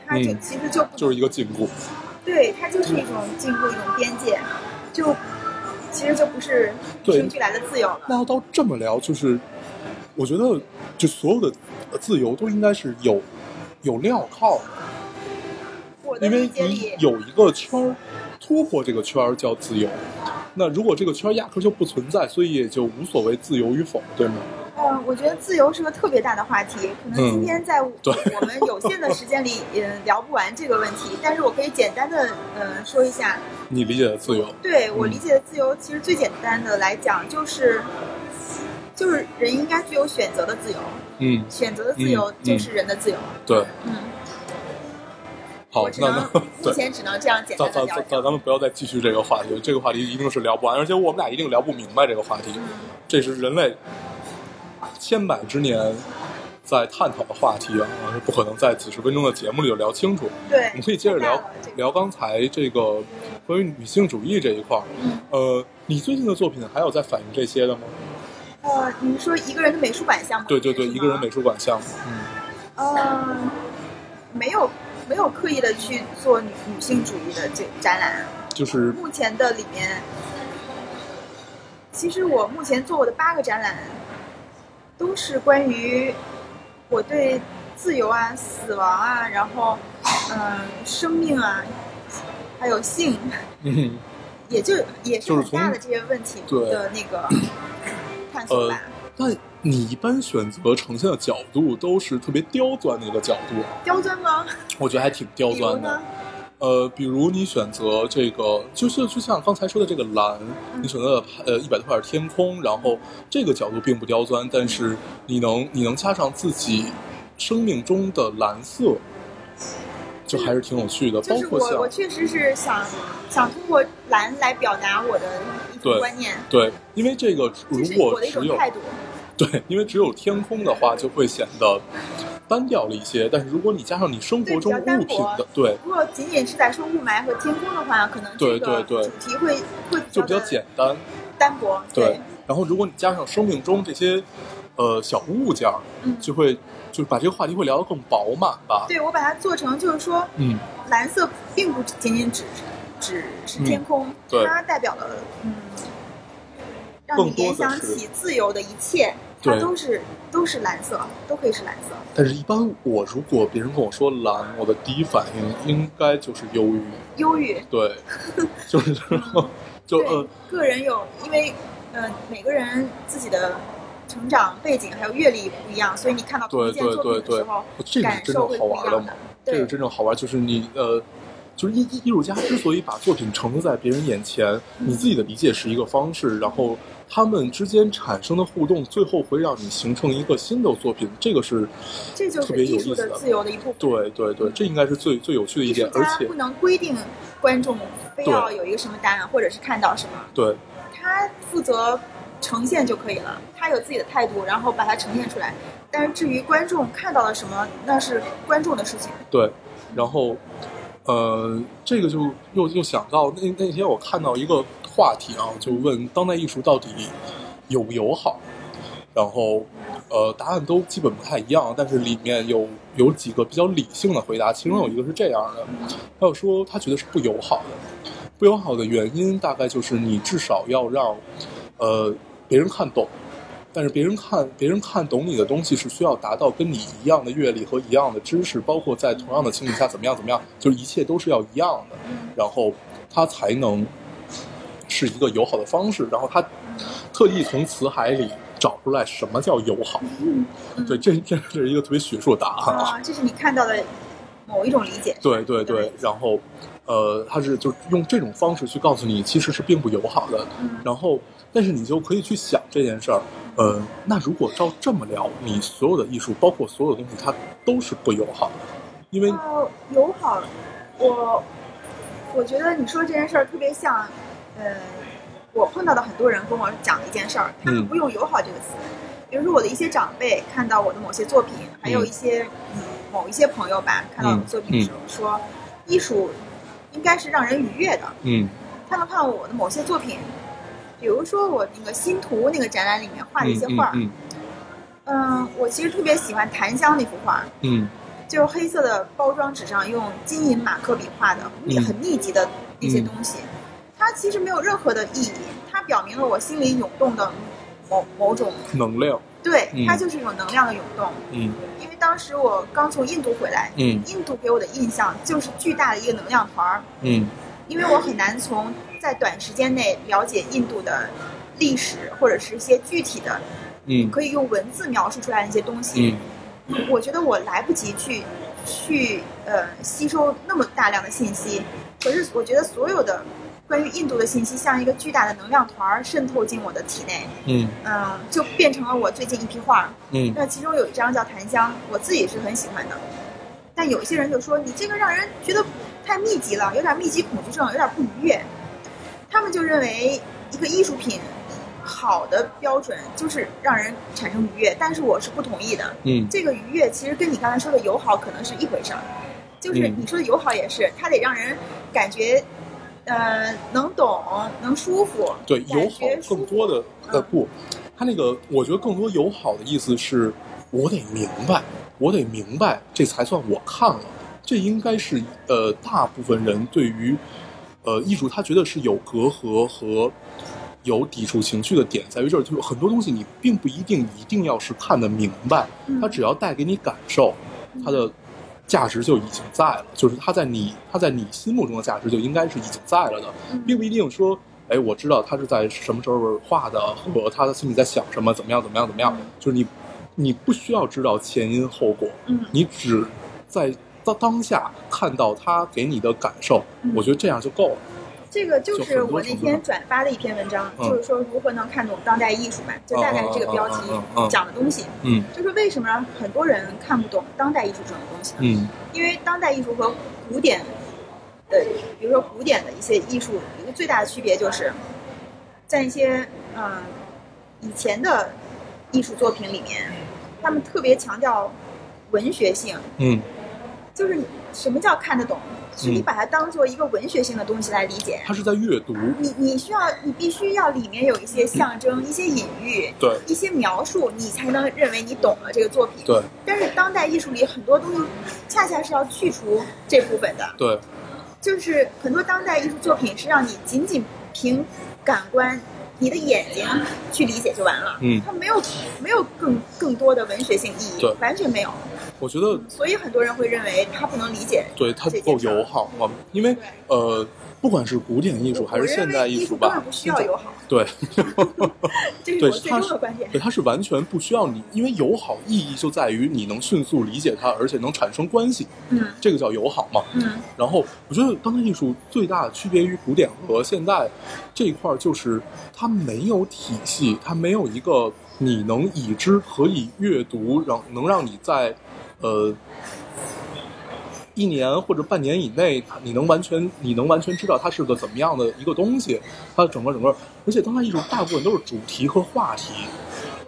Speaker 4: 它就、
Speaker 3: 嗯
Speaker 4: 其实就不
Speaker 3: 就是一个禁锢。
Speaker 4: 对，它就是一种进入一种边界，就其实就不是与
Speaker 3: 对
Speaker 4: 生俱来的自由了。
Speaker 3: 那要到这么聊，就是我觉得，就所有的自由都应该是有有镣铐的。
Speaker 4: 我的
Speaker 3: 因为
Speaker 4: 理解
Speaker 3: 你
Speaker 4: 里，
Speaker 3: 有一个圈儿，突破这个圈儿叫自由。那如果这个圈儿压根儿就不存在，所以也就无所谓自由与否，对吗？
Speaker 4: 嗯，我觉得自由是个特别大的话题，可
Speaker 3: 嗯
Speaker 4: 能今天在我
Speaker 3: 对
Speaker 4: 我们有限的时间里，嗯，聊不完这个问 题。但是我可以简单的，嗯，说一下，
Speaker 3: 你理解的自由，
Speaker 4: 对我
Speaker 3: 嗯
Speaker 4: 理解的自由，其实最简单的来讲就是，就是人应该具有选择的自由，
Speaker 3: 嗯，
Speaker 4: 选择的自由
Speaker 3: 嗯嗯
Speaker 4: 就是人的自由。
Speaker 3: 对。
Speaker 4: 嗯，
Speaker 3: 好
Speaker 4: 我，只
Speaker 3: 那
Speaker 4: 能
Speaker 3: 那
Speaker 4: 目
Speaker 3: 对，
Speaker 4: 前只能这样简
Speaker 3: 咱咱
Speaker 4: 单的聊
Speaker 3: 咱
Speaker 4: 一聊。
Speaker 3: 咱咱们不要再继续这个话题，这个话题一定是聊不完，而且我们俩一定聊不明白这个话题。
Speaker 4: 嗯。
Speaker 3: 这是人类千百之年在探讨的话题啊，是不可能在几十分钟的节目里就聊清楚。
Speaker 4: 对，
Speaker 3: 我们可以接着
Speaker 4: 太
Speaker 3: 聊
Speaker 4: 大了这个
Speaker 3: 聊刚才这个关于女性主义这一块儿。
Speaker 4: 嗯
Speaker 3: 呃，你最近的作品还有在反映这些的吗？
Speaker 4: 呃，你说一个人的美术馆项目？
Speaker 3: 对对对，一个人美
Speaker 4: 术。
Speaker 3: 术馆项目。嗯
Speaker 4: 呃，没有没有刻意的去做女女性主义的这展览。
Speaker 3: 就是
Speaker 4: 目前的里面，其实我目前做过的八个展览，都是关于我对自由啊、死亡啊，然后嗯、呃生命啊，还有性，
Speaker 3: 嗯，
Speaker 4: 也就也是
Speaker 3: 就是
Speaker 4: 很大
Speaker 3: 从呃
Speaker 4: 的这些问题
Speaker 3: 对
Speaker 4: 的那个探索
Speaker 3: 呃
Speaker 4: 吧。
Speaker 3: 那你一般选择呈现的角度都是特别刁钻的一个角度啊，
Speaker 4: 刁钻吗？
Speaker 3: 我觉得还挺刁
Speaker 4: 比如
Speaker 3: 钻的
Speaker 4: 呢。？
Speaker 3: 呃，比如你选择这个，就是就像刚才说的这个蓝，
Speaker 4: 嗯
Speaker 3: 你选择了呃一百多块天空，然后这个角度并不刁钻，
Speaker 4: 嗯
Speaker 3: 但是你能你能加上自己生命中的蓝色，就还是挺有趣的。
Speaker 4: 嗯就
Speaker 3: 包
Speaker 4: 是
Speaker 3: 括
Speaker 4: 我，
Speaker 3: 像
Speaker 4: 我确实是想想通过蓝来表达我的一种
Speaker 3: 对
Speaker 4: 观念，
Speaker 3: 对，因为这个
Speaker 4: 这
Speaker 3: 如
Speaker 4: 是我
Speaker 3: 果
Speaker 4: 的一
Speaker 3: 只
Speaker 4: 种
Speaker 3: 有
Speaker 4: 态度。
Speaker 3: 对，因为只有天空的话就会显得单调了一些，但是如果你加上你生活
Speaker 4: 对比
Speaker 3: 中
Speaker 4: 较单
Speaker 3: 物品
Speaker 4: 薄
Speaker 3: 的，对，
Speaker 4: 如果仅仅是在说雾霾和天空的话，可能这
Speaker 3: 对
Speaker 4: 个
Speaker 3: 对对
Speaker 4: 主题会会
Speaker 3: 就
Speaker 4: 比
Speaker 3: 比较
Speaker 4: 较
Speaker 3: 简单。
Speaker 4: 单薄。
Speaker 3: 对，然后如果你加上生命中这些呃小物件儿，
Speaker 4: 嗯，
Speaker 3: 就会就把这个话题会聊得更饱满吧。
Speaker 4: 对我把它做成就是说，
Speaker 3: 嗯，
Speaker 4: 蓝色并不仅仅只只是天空，
Speaker 3: 嗯对
Speaker 4: 它代表了嗯，让
Speaker 3: 更
Speaker 4: 你
Speaker 3: 多
Speaker 4: 联
Speaker 3: 的
Speaker 4: 想
Speaker 3: 是
Speaker 4: 起自由的一切，它
Speaker 3: 对
Speaker 4: 都是都是蓝色，都可以是蓝色。
Speaker 3: 但是一般我如果别人跟我说蓝，我的第一反应应该就是忧郁，
Speaker 4: 忧郁，
Speaker 3: 对，就是这种就
Speaker 4: 对
Speaker 3: 呃，
Speaker 4: 个人有，因为呃每个人自己的成长背景还有阅历不一样，所以你看到同一
Speaker 3: 对
Speaker 4: 件
Speaker 3: 对
Speaker 4: 作
Speaker 3: 对
Speaker 4: 品的时
Speaker 3: 对
Speaker 4: 候，，
Speaker 3: 这个是
Speaker 4: 感
Speaker 3: 真
Speaker 4: 受
Speaker 3: 正
Speaker 4: 会
Speaker 3: 好
Speaker 4: 不
Speaker 3: 玩
Speaker 4: 一
Speaker 3: 的
Speaker 4: 样
Speaker 3: 嘛
Speaker 4: 的。。
Speaker 3: 这个
Speaker 4: 对，
Speaker 3: 真正好玩，就是你呃，就是艺艺艺术家之所以把作品呈现在别人眼
Speaker 4: 嗯
Speaker 3: 前，你自己的理解是一个方式，然后他们之间产生的互动，最后会让你形成一个新的作品，这个是
Speaker 4: 这就
Speaker 3: 特
Speaker 4: 是
Speaker 3: 别有
Speaker 4: 艺
Speaker 3: 意
Speaker 4: 术
Speaker 3: 思
Speaker 4: 的
Speaker 3: 的。
Speaker 4: 自由的一部分。
Speaker 3: 对对对，这应该是最最有趣的一
Speaker 4: 艺术
Speaker 3: 点，而
Speaker 4: 家
Speaker 3: 且
Speaker 4: 不能规定观众非
Speaker 3: 对
Speaker 4: 要有一个什么答案，或者是看到什么，
Speaker 3: 对
Speaker 4: 他负责呈现就可以了。他有自己的态度，然后把它呈现出来。但是至于观众看到了什么，那是观众的事情。
Speaker 3: 对，然后呃，这个就又又想到那那天我看到一个话题啊，就问当代艺术到底友不友好，然后呃答案都基本不太一样，啊但是里面有有几个比较理性的回答，其中有一个是这样的，他有说他觉得是不友好的，不友好的原因大概就是你至少要让呃别人看懂。但是别人看别人看懂你的东西是需要达到跟你一样的阅历和一样的知识，包括在同样的情景下怎么样怎么样，就是一切都是要一样的，
Speaker 4: 嗯
Speaker 3: 然后它才能是一个友好的方式。然后他特意从词海里找出来什么叫友好，
Speaker 4: 嗯
Speaker 3: 对，这这是一个特别学术的答案啊。
Speaker 4: 啊，这是你看到的某一种理解。
Speaker 3: 对对对，然后，呃，他是就用这种方式去告诉你，其实是并不友好的。
Speaker 4: 嗯
Speaker 3: 然后，但是你就可以去想这件事儿，呃，那如果照这么聊，你所有的艺术，包括所有东西，它都是不友好的，因为
Speaker 4: 然后友好，我我觉得你说这件事儿特别像，呃，我碰到的很多人跟我讲的一件事儿，他们
Speaker 3: 嗯
Speaker 4: 不用友好这个词，比如说我的一些长辈看到我的某些作品，还有
Speaker 3: 嗯
Speaker 4: 一些嗯某一些朋友吧，看到我的作品的时候说，艺术应该是让人愉悦的，
Speaker 3: 嗯
Speaker 4: 他们看我的某些作品，比如说我那个新图那个展览里面画的一
Speaker 3: 嗯
Speaker 4: 些
Speaker 3: 嗯
Speaker 4: 画儿，
Speaker 3: 嗯
Speaker 4: 嗯，我其实特别喜欢檀香那幅画儿，
Speaker 3: 嗯
Speaker 4: 就是黑色的包装纸上用金银马克笔画的，密
Speaker 3: 嗯
Speaker 4: 很密集的那些东西，它其实没有任何的意义，它表明了我心里涌动的某某种，
Speaker 3: 能量，
Speaker 4: 对
Speaker 3: 嗯，
Speaker 4: 它就是一种能量的涌动。
Speaker 3: 嗯
Speaker 4: 因为当时我刚从印度回来，
Speaker 3: 嗯
Speaker 4: 印度给我的印象就是巨大的一个能量团儿，
Speaker 3: 嗯
Speaker 4: 因为我很难从在短时间内了解印度的历史或者是一些具体的
Speaker 3: 嗯
Speaker 4: 可以用文字描述出来的一些东西。
Speaker 3: 嗯
Speaker 4: 我觉得我来不及去去呃吸收那么大量的信息，可是我觉得所有的关于印度的信息像一个巨大的能量团儿渗透进我的体内，
Speaker 3: 嗯
Speaker 4: 嗯、就变成了我最近一批画儿。
Speaker 3: 嗯
Speaker 4: 那其中有一张叫《檀香》，我自己也是很喜欢的，但有一些人就说你这个让人觉得太密集了，有点密集恐惧症，有点不愉悦。他们就认为一个艺术品好的标准就是让人产生愉悦，但是我是不同意的。
Speaker 3: 嗯
Speaker 4: 这个愉悦其实跟你刚才说的友好可能是一回事儿，就是
Speaker 3: 嗯
Speaker 4: 你说的友好也是，它得让人感觉，呃，能懂，能舒服，
Speaker 3: 对，
Speaker 4: 感
Speaker 3: 友好
Speaker 4: 觉舒
Speaker 3: 更
Speaker 4: 服
Speaker 3: 多的呃
Speaker 4: 嗯
Speaker 3: 不，他那个我觉得更多友好的意思是，我得明白，我得明白，这才算我看了。这应该是呃大部分人对于呃艺术，他觉得是有隔阂和有抵触情绪的点在于这儿，就是很多东西你并不一定一定要是看得明白，
Speaker 4: 嗯
Speaker 3: 它只要带给你感受，它的价值就已经在了，就是它在你它在你心目中的价值就应该是已经在了的。
Speaker 4: 嗯
Speaker 3: 并不一定说，哎，我知道他是在什么时候画的，和他心里在想什么，怎么样，怎么样，怎么样
Speaker 4: 嗯。
Speaker 3: 就是你，你不需要知道前因后果，
Speaker 4: 嗯
Speaker 3: 你只在当当下看到他给你的感受，
Speaker 4: 嗯
Speaker 3: 我觉得这样就够了。
Speaker 4: 这个就
Speaker 3: 就是很多
Speaker 4: 我
Speaker 3: 程
Speaker 4: 那
Speaker 3: 度
Speaker 4: 天
Speaker 3: 上
Speaker 4: 转发的一篇文章，
Speaker 3: 嗯
Speaker 4: 就是说如何能看懂当代艺术吧，就大概是这个标题
Speaker 3: 嗯嗯嗯嗯嗯
Speaker 4: 讲的东西，
Speaker 3: 嗯
Speaker 4: 就是为什么很多人看不懂当代艺术这种东西呢？
Speaker 3: 嗯
Speaker 4: 因为当代艺术和古典的，比如说古典的一些艺术，一个最大的区别就是，在一些嗯、呃以前的艺术作品里面，他们特别强调文学性，
Speaker 3: 嗯
Speaker 4: 就是什么叫看得懂，是你
Speaker 3: 嗯
Speaker 4: 把它当做一个文学性的东西来理解。
Speaker 3: 他是在阅读，
Speaker 4: 你你需要，你必须要里面有一些象征、一些隐喻、
Speaker 3: 对
Speaker 4: 一些描述，你才能认为你懂了这个作品。
Speaker 3: 对
Speaker 4: 但是当代艺术里很多东西，恰恰是要去除这部分的，
Speaker 3: 对，
Speaker 4: 就是很多当代艺术作品是让你仅仅凭感官、你的眼睛去理解就完了，
Speaker 3: 嗯
Speaker 4: 它没有没有更更多的文学性意义
Speaker 3: 对，
Speaker 4: 完全没有，
Speaker 3: 我觉得
Speaker 4: 所以很多人会认为它不能理解。
Speaker 3: 对他不够友好嘛，因为
Speaker 4: 对
Speaker 3: 呃，不管是古典艺术还是现代艺
Speaker 4: 艺
Speaker 3: 术
Speaker 4: 根
Speaker 3: 吧
Speaker 4: 本，不需要友好，
Speaker 3: 对。
Speaker 4: 这是
Speaker 3: 对
Speaker 4: 我最
Speaker 3: 它
Speaker 4: 终
Speaker 3: 是
Speaker 4: 的观点。
Speaker 3: 对，它是完全不需要你，因为友好意义就在于你能迅速理解它，而且能产生关系，
Speaker 4: 嗯
Speaker 3: 这个叫友好嘛。
Speaker 4: 嗯
Speaker 3: 然后我觉得当代艺术最大的区别于古典和现代这一块儿，就是它没有体系，它没有一个你能已知可以阅读，让能让你在呃一年或者半年以内，你能完全你能完全知道它是个怎么样的一个东西，它整个整个，而且当代艺术大部分都是主题和话题。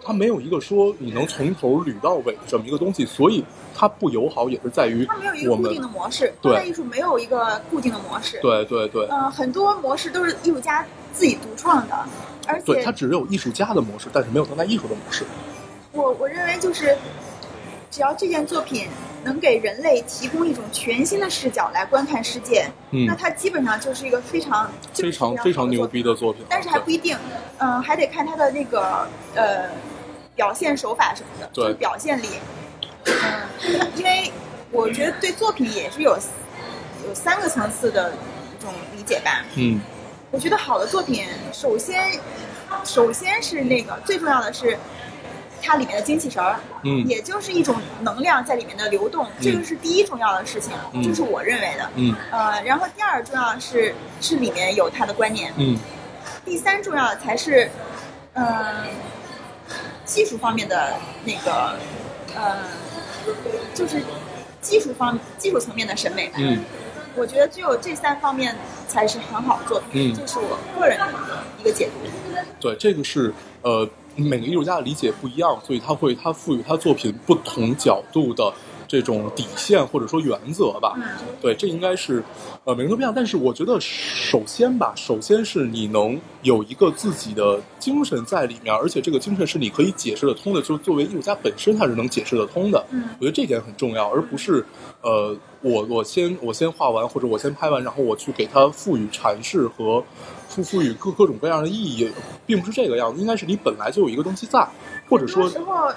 Speaker 3: 它没有一个说你能从头捋到尾的这么一个东西，所以它不友好也是在于
Speaker 4: 它没有一个
Speaker 3: 我
Speaker 4: 固
Speaker 3: 们
Speaker 4: 定的模式，
Speaker 3: 对
Speaker 4: 当代艺术没有一个固定的模式。，
Speaker 3: 对对对，
Speaker 4: 呃，很多模式都是艺术家自己独创的，而
Speaker 3: 对，
Speaker 4: 且
Speaker 3: 它只有艺术家的模式，但是没有当代艺术的模式。
Speaker 4: 我我认为就是，只要这件作品能给人类提供一种全新的视角来观看世界，
Speaker 3: 嗯
Speaker 4: 那它基本上就是一个非常
Speaker 3: 非常
Speaker 4: 就是
Speaker 3: 非
Speaker 4: 好
Speaker 3: 常
Speaker 4: 的
Speaker 3: 牛
Speaker 4: 作品
Speaker 3: 逼的作品，啊
Speaker 4: 但是还不一定，嗯、还得看他的那个呃表现手法什么的，
Speaker 3: 对
Speaker 4: 就是表现力。嗯、因为我觉得对作品也是有有三个层次的一种理解吧。
Speaker 3: 对嗯
Speaker 4: 我觉得好的作品，首先首先是那个最重要的是，它里面的精气神儿，
Speaker 3: 嗯
Speaker 4: 也就是一种能量在里面的流动，这个是第一重要的事情，
Speaker 3: 嗯
Speaker 4: 这是我认为的。
Speaker 3: 嗯
Speaker 4: 呃，然后第二重要的是是里面有它的观念，
Speaker 3: 嗯
Speaker 4: 第三重要的才是，呃，技术方面的那个，呃，就是技术方技术层面的审美。
Speaker 3: 嗯
Speaker 4: 我觉得只有这三方面才是很好做的，
Speaker 3: 嗯
Speaker 4: 这是我个人的一个解读。
Speaker 3: 对，这个是呃每个艺术家的理解不一样，所以他会他赋予他作品不同角度的这种底线或者说原则吧。
Speaker 4: 嗯
Speaker 3: 对，这应该是呃每个人都不一样，但是我觉得首先吧，首先是你能有一个自己的精神在里面，而且这个精神是你可以解释得通的，就是作为艺术家本身他是能解释得通的。
Speaker 4: 嗯
Speaker 3: 我觉得这点很重要，而不是呃，我我先我先画完或者我先拍完，然后我去给它赋予阐释和赋赋予各各种各样的意义，并不是这个样子，应该是你本来就有一个东西在，或者
Speaker 4: 很多
Speaker 3: 说
Speaker 4: 时候，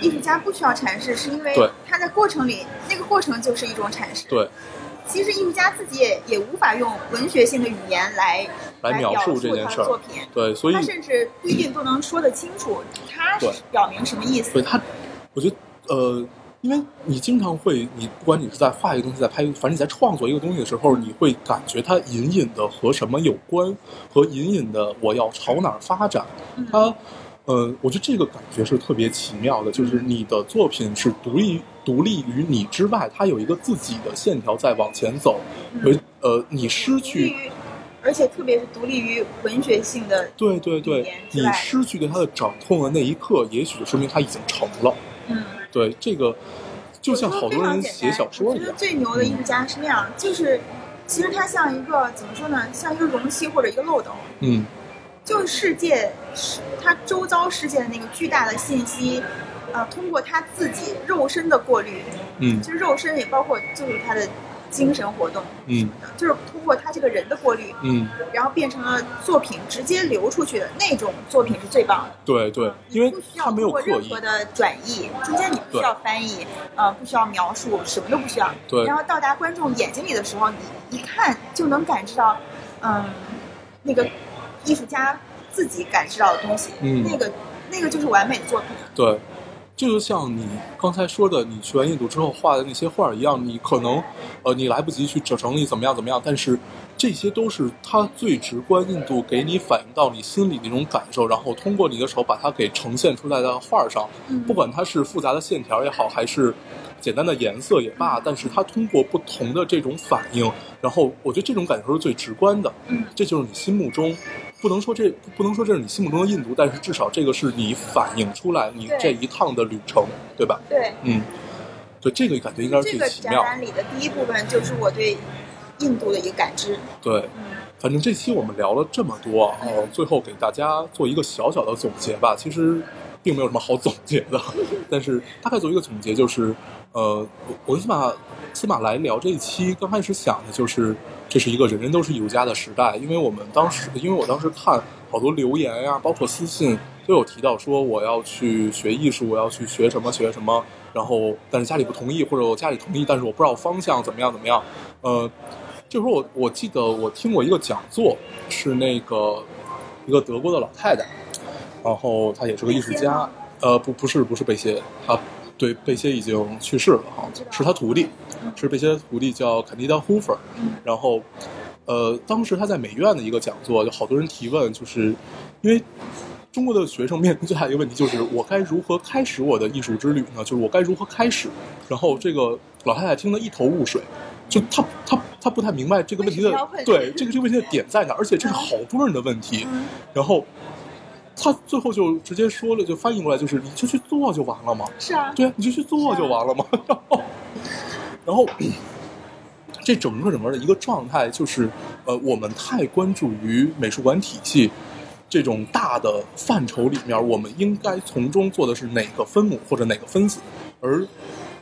Speaker 4: 艺术家不需要阐释，是因为
Speaker 3: 对
Speaker 4: 他在过程里，那个过程就是一种阐释。
Speaker 3: 对
Speaker 4: 其实艺术家自己也也无法用文学性的语言来
Speaker 3: 来描
Speaker 4: 述
Speaker 3: 述这件
Speaker 4: 他
Speaker 3: 事
Speaker 4: 的作
Speaker 3: 儿，
Speaker 4: 品。
Speaker 3: 对，所以
Speaker 4: 他甚至不一定都能说得清楚，他
Speaker 3: 对
Speaker 4: 表明什么意思
Speaker 3: 对。他，我觉得呃，因为你经常会，你不管你是在画一个东西，在拍一个，反正你在创作一个东西的时候，你会感觉它隐隐的和什么有关，和隐隐的我要朝哪儿发展。
Speaker 4: 嗯
Speaker 3: 它，呃，我觉得这个感觉是特别奇妙的，就是你的作品是独立独立于你之外，它有一个自己的线条在往前走，而
Speaker 4: 嗯
Speaker 3: 呃，你失
Speaker 4: 独立
Speaker 3: 去。
Speaker 4: 于，而且特别是独立于文学性的，
Speaker 3: 对对
Speaker 4: 语
Speaker 3: 对
Speaker 4: 言，之
Speaker 3: 你
Speaker 4: 外
Speaker 3: 失去对它的掌控的那一刻，也许就说明它已经成了。
Speaker 4: 嗯，
Speaker 3: 对，这个就像好多人写小说
Speaker 4: 我
Speaker 3: 一
Speaker 4: 觉得
Speaker 3: 样，嗯
Speaker 4: 最牛的艺术家是那样，就是其实他像一个怎么说呢，像一个容器或者一个漏斗，
Speaker 3: 嗯
Speaker 4: 就是世界，它周遭世界的那个巨大的信息，呃，通过他自己肉身的过滤，
Speaker 3: 嗯
Speaker 4: 就是肉身也包括就是他的精神活动，
Speaker 3: 嗯
Speaker 4: 就是通过他这个人的过滤，
Speaker 3: 嗯，
Speaker 4: 然后变成了作品直接流出去的那种作品是最棒的，
Speaker 3: 对对，因
Speaker 4: 你
Speaker 3: 为
Speaker 4: 嗯不需
Speaker 3: 他
Speaker 4: 要
Speaker 3: 没
Speaker 4: 通
Speaker 3: 有
Speaker 4: 过
Speaker 3: 刻
Speaker 4: 任
Speaker 3: 意
Speaker 4: 何，的转译，中间你不需要翻译，呃，不需要描述，什么都不需要。
Speaker 3: 对
Speaker 4: 然后到达观众眼睛里的时候，你一看就能感知到，嗯，那个艺术家自己感知到的东西，
Speaker 3: 嗯
Speaker 4: 那个那个就是完美的作品。
Speaker 3: 对，这就像你刚才说的，你学完印度之后画的那些画一样，你可能呃你来不及去整整理怎么样怎么样，但是这些都是它最直观印度给你反映到你心里的一种感受，然后通过你的手把它给呈现出来的画上，
Speaker 4: 嗯
Speaker 3: 不管它是复杂的线条也好，还是简单的颜色也罢，但是它通过不同的这种反应，然后我觉得这种感受是最直观的。
Speaker 4: 嗯
Speaker 3: 这就是你心目中，不能说这不能说这是你心目中的印度，但是至少这个是你反映出来你
Speaker 4: 对
Speaker 3: 这一趟的旅程，对吧？
Speaker 4: 对，
Speaker 3: 嗯，对，这个感觉应该是
Speaker 4: 这
Speaker 3: 最
Speaker 4: 个
Speaker 3: 奇
Speaker 4: 展
Speaker 3: 妙。
Speaker 4: 览里的第一部分就是我对印度的一个感知。
Speaker 3: 对，
Speaker 4: 嗯
Speaker 3: 反正这期我们聊了这么多啊，呃最后给大家做一个小小的总结吧。其实并没有什么好总结的， 但是大概做一个总结就是，呃，我我跟司马司马来聊这一期，刚开始想的就是这是一个人人都是艺术家的时代，因为我们当时，因为我当时看好多留言呀、包括私信都有提到说我要去学艺术，我要去学什么学什么，然后但是家里不同意，或者我家里同意，但是我不知道方向怎么样怎么样，呃。这时候我我记得我听过一个讲座，是那个一个德国的老太太，然后她也是个艺术
Speaker 4: 贝歇
Speaker 3: 家
Speaker 4: 吗，
Speaker 3: 呃，不不是不是贝歇，她对贝歇已经去世了哈
Speaker 4: 知道，
Speaker 3: 是他徒弟
Speaker 4: 嗯，
Speaker 3: 是贝歇的徒弟叫肯尼达·胡佛，
Speaker 4: 嗯
Speaker 3: 然后呃，当时他在美院的一个讲座，就好多人提问，就是因为。中国的学生面临最大的一个问题就是，我该如何开始我的艺术之旅呢？就是我该如何开始？然后这个老太太听得一头雾水，就她她她不太明白这个问题的
Speaker 4: 为什么要问
Speaker 3: 对这个这个问题的点在哪，而且这是好多人的问题。
Speaker 4: 嗯，
Speaker 3: 然后她最后就直接说了，就翻译过来就是你就去做就完了嘛。
Speaker 4: 是啊，
Speaker 3: 对啊，你就去做就完了嘛。 然后，然后 这整个整个的一个状态就是，呃，我们太关注于美术馆体系这种大的范畴里面，我们应该从中做的是哪个分母或者哪个分子，而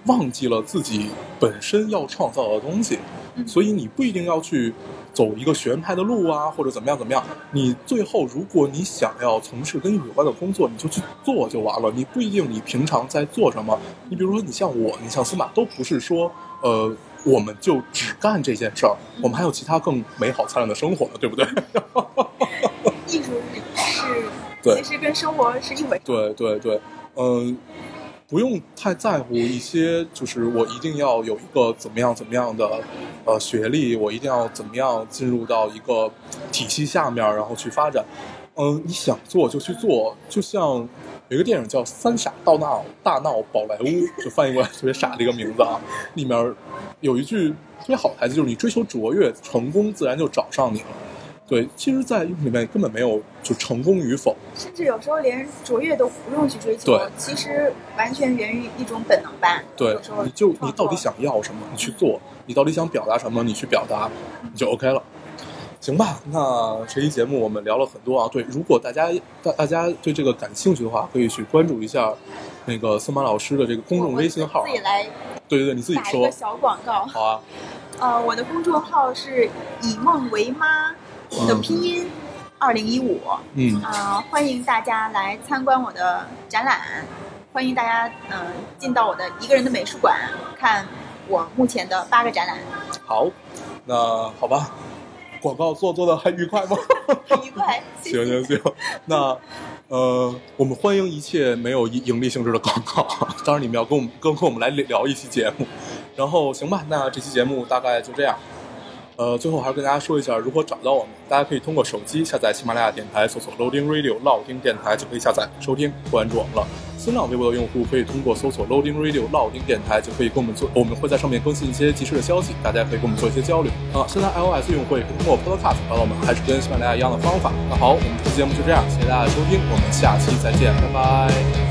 Speaker 3: 忘记了自己本身要创造的东西。
Speaker 4: 嗯
Speaker 3: 所以你不一定要去走一个学院派的路啊，或者怎么样怎么样。你最后，如果你想要从事跟艺术有关的工作，你就去做就完了。你不一定你平常在做什么。你比如说，你像我，你像司马，都不是说呃，我们就只干这件事儿，我们还有其他更美好灿烂的生活呢，对不对？
Speaker 4: 艺术是
Speaker 3: 对
Speaker 4: 其实跟生活是一回事。
Speaker 3: 对对对，嗯、不用太在乎一些，就是我一定要有一个怎么样怎么样的呃学历，我一定要怎么样进入到一个体系下面，然后去发展。嗯、你想做就去做，就像有一个电影叫《三傻大闹大闹宝莱坞》，就翻译过来特别傻的一个名字啊。里面有一句特别好的台词，就是你追求卓越，成功自然就找上你了。对，其实，在里面根本没有就成功与否，
Speaker 4: 甚至有时候连卓越都不用去追求
Speaker 3: 对，
Speaker 4: 其实完全源于一种本能吧。
Speaker 3: 对
Speaker 4: 有时候，
Speaker 3: 你就你
Speaker 4: 创作
Speaker 3: 到底想要什么，你去做；你到底想表达什么，你去表达，你就 OK 了。行吧，那这期节目我们聊了很多啊。对，如果大家大大家对这个感兴趣的话，可以去关注一下那个司马老师的这个公众微信号
Speaker 4: 我
Speaker 3: 啊
Speaker 4: 自。己来
Speaker 3: 对对对，你自己
Speaker 4: 打一
Speaker 3: 说
Speaker 4: 个，小广告。
Speaker 3: 好啊。
Speaker 4: 呃，我的公众号是以梦为妈的拼音二零一五。
Speaker 3: 嗯，
Speaker 4: 呃，欢迎大家来参观我的展览，欢迎大家嗯、呃进到我的一个人的美术馆看我目前的八个展览，
Speaker 3: 好，那好吧。广告做做的还愉快吗？
Speaker 4: 很愉快。谢谢
Speaker 3: 行行行，那呃，我们欢迎一切没有盈盈利性质的广告，当然你们要跟我们跟跟我们来聊一期节目，然后行吧，那这期节目大概就这样。呃，最后还是跟大家说一下如何找到我们，大家可以通过手机下载喜马拉雅电台，搜索 Loading Radio 老丁电台就可以下载收听关注我们了。新浪微博的用户可以通过搜索 Loading Radio 老丁电台就可以跟我们做，我们会在上面更新一些及时的消息，大家可以跟我们做一些交流。啊、现在 iOS 用户也可以通过 Podcast 找到我们，还是跟喜马拉雅一样的方法。那好，我们这期节目就这样，谢谢大家的收听，我们下期再见，拜拜。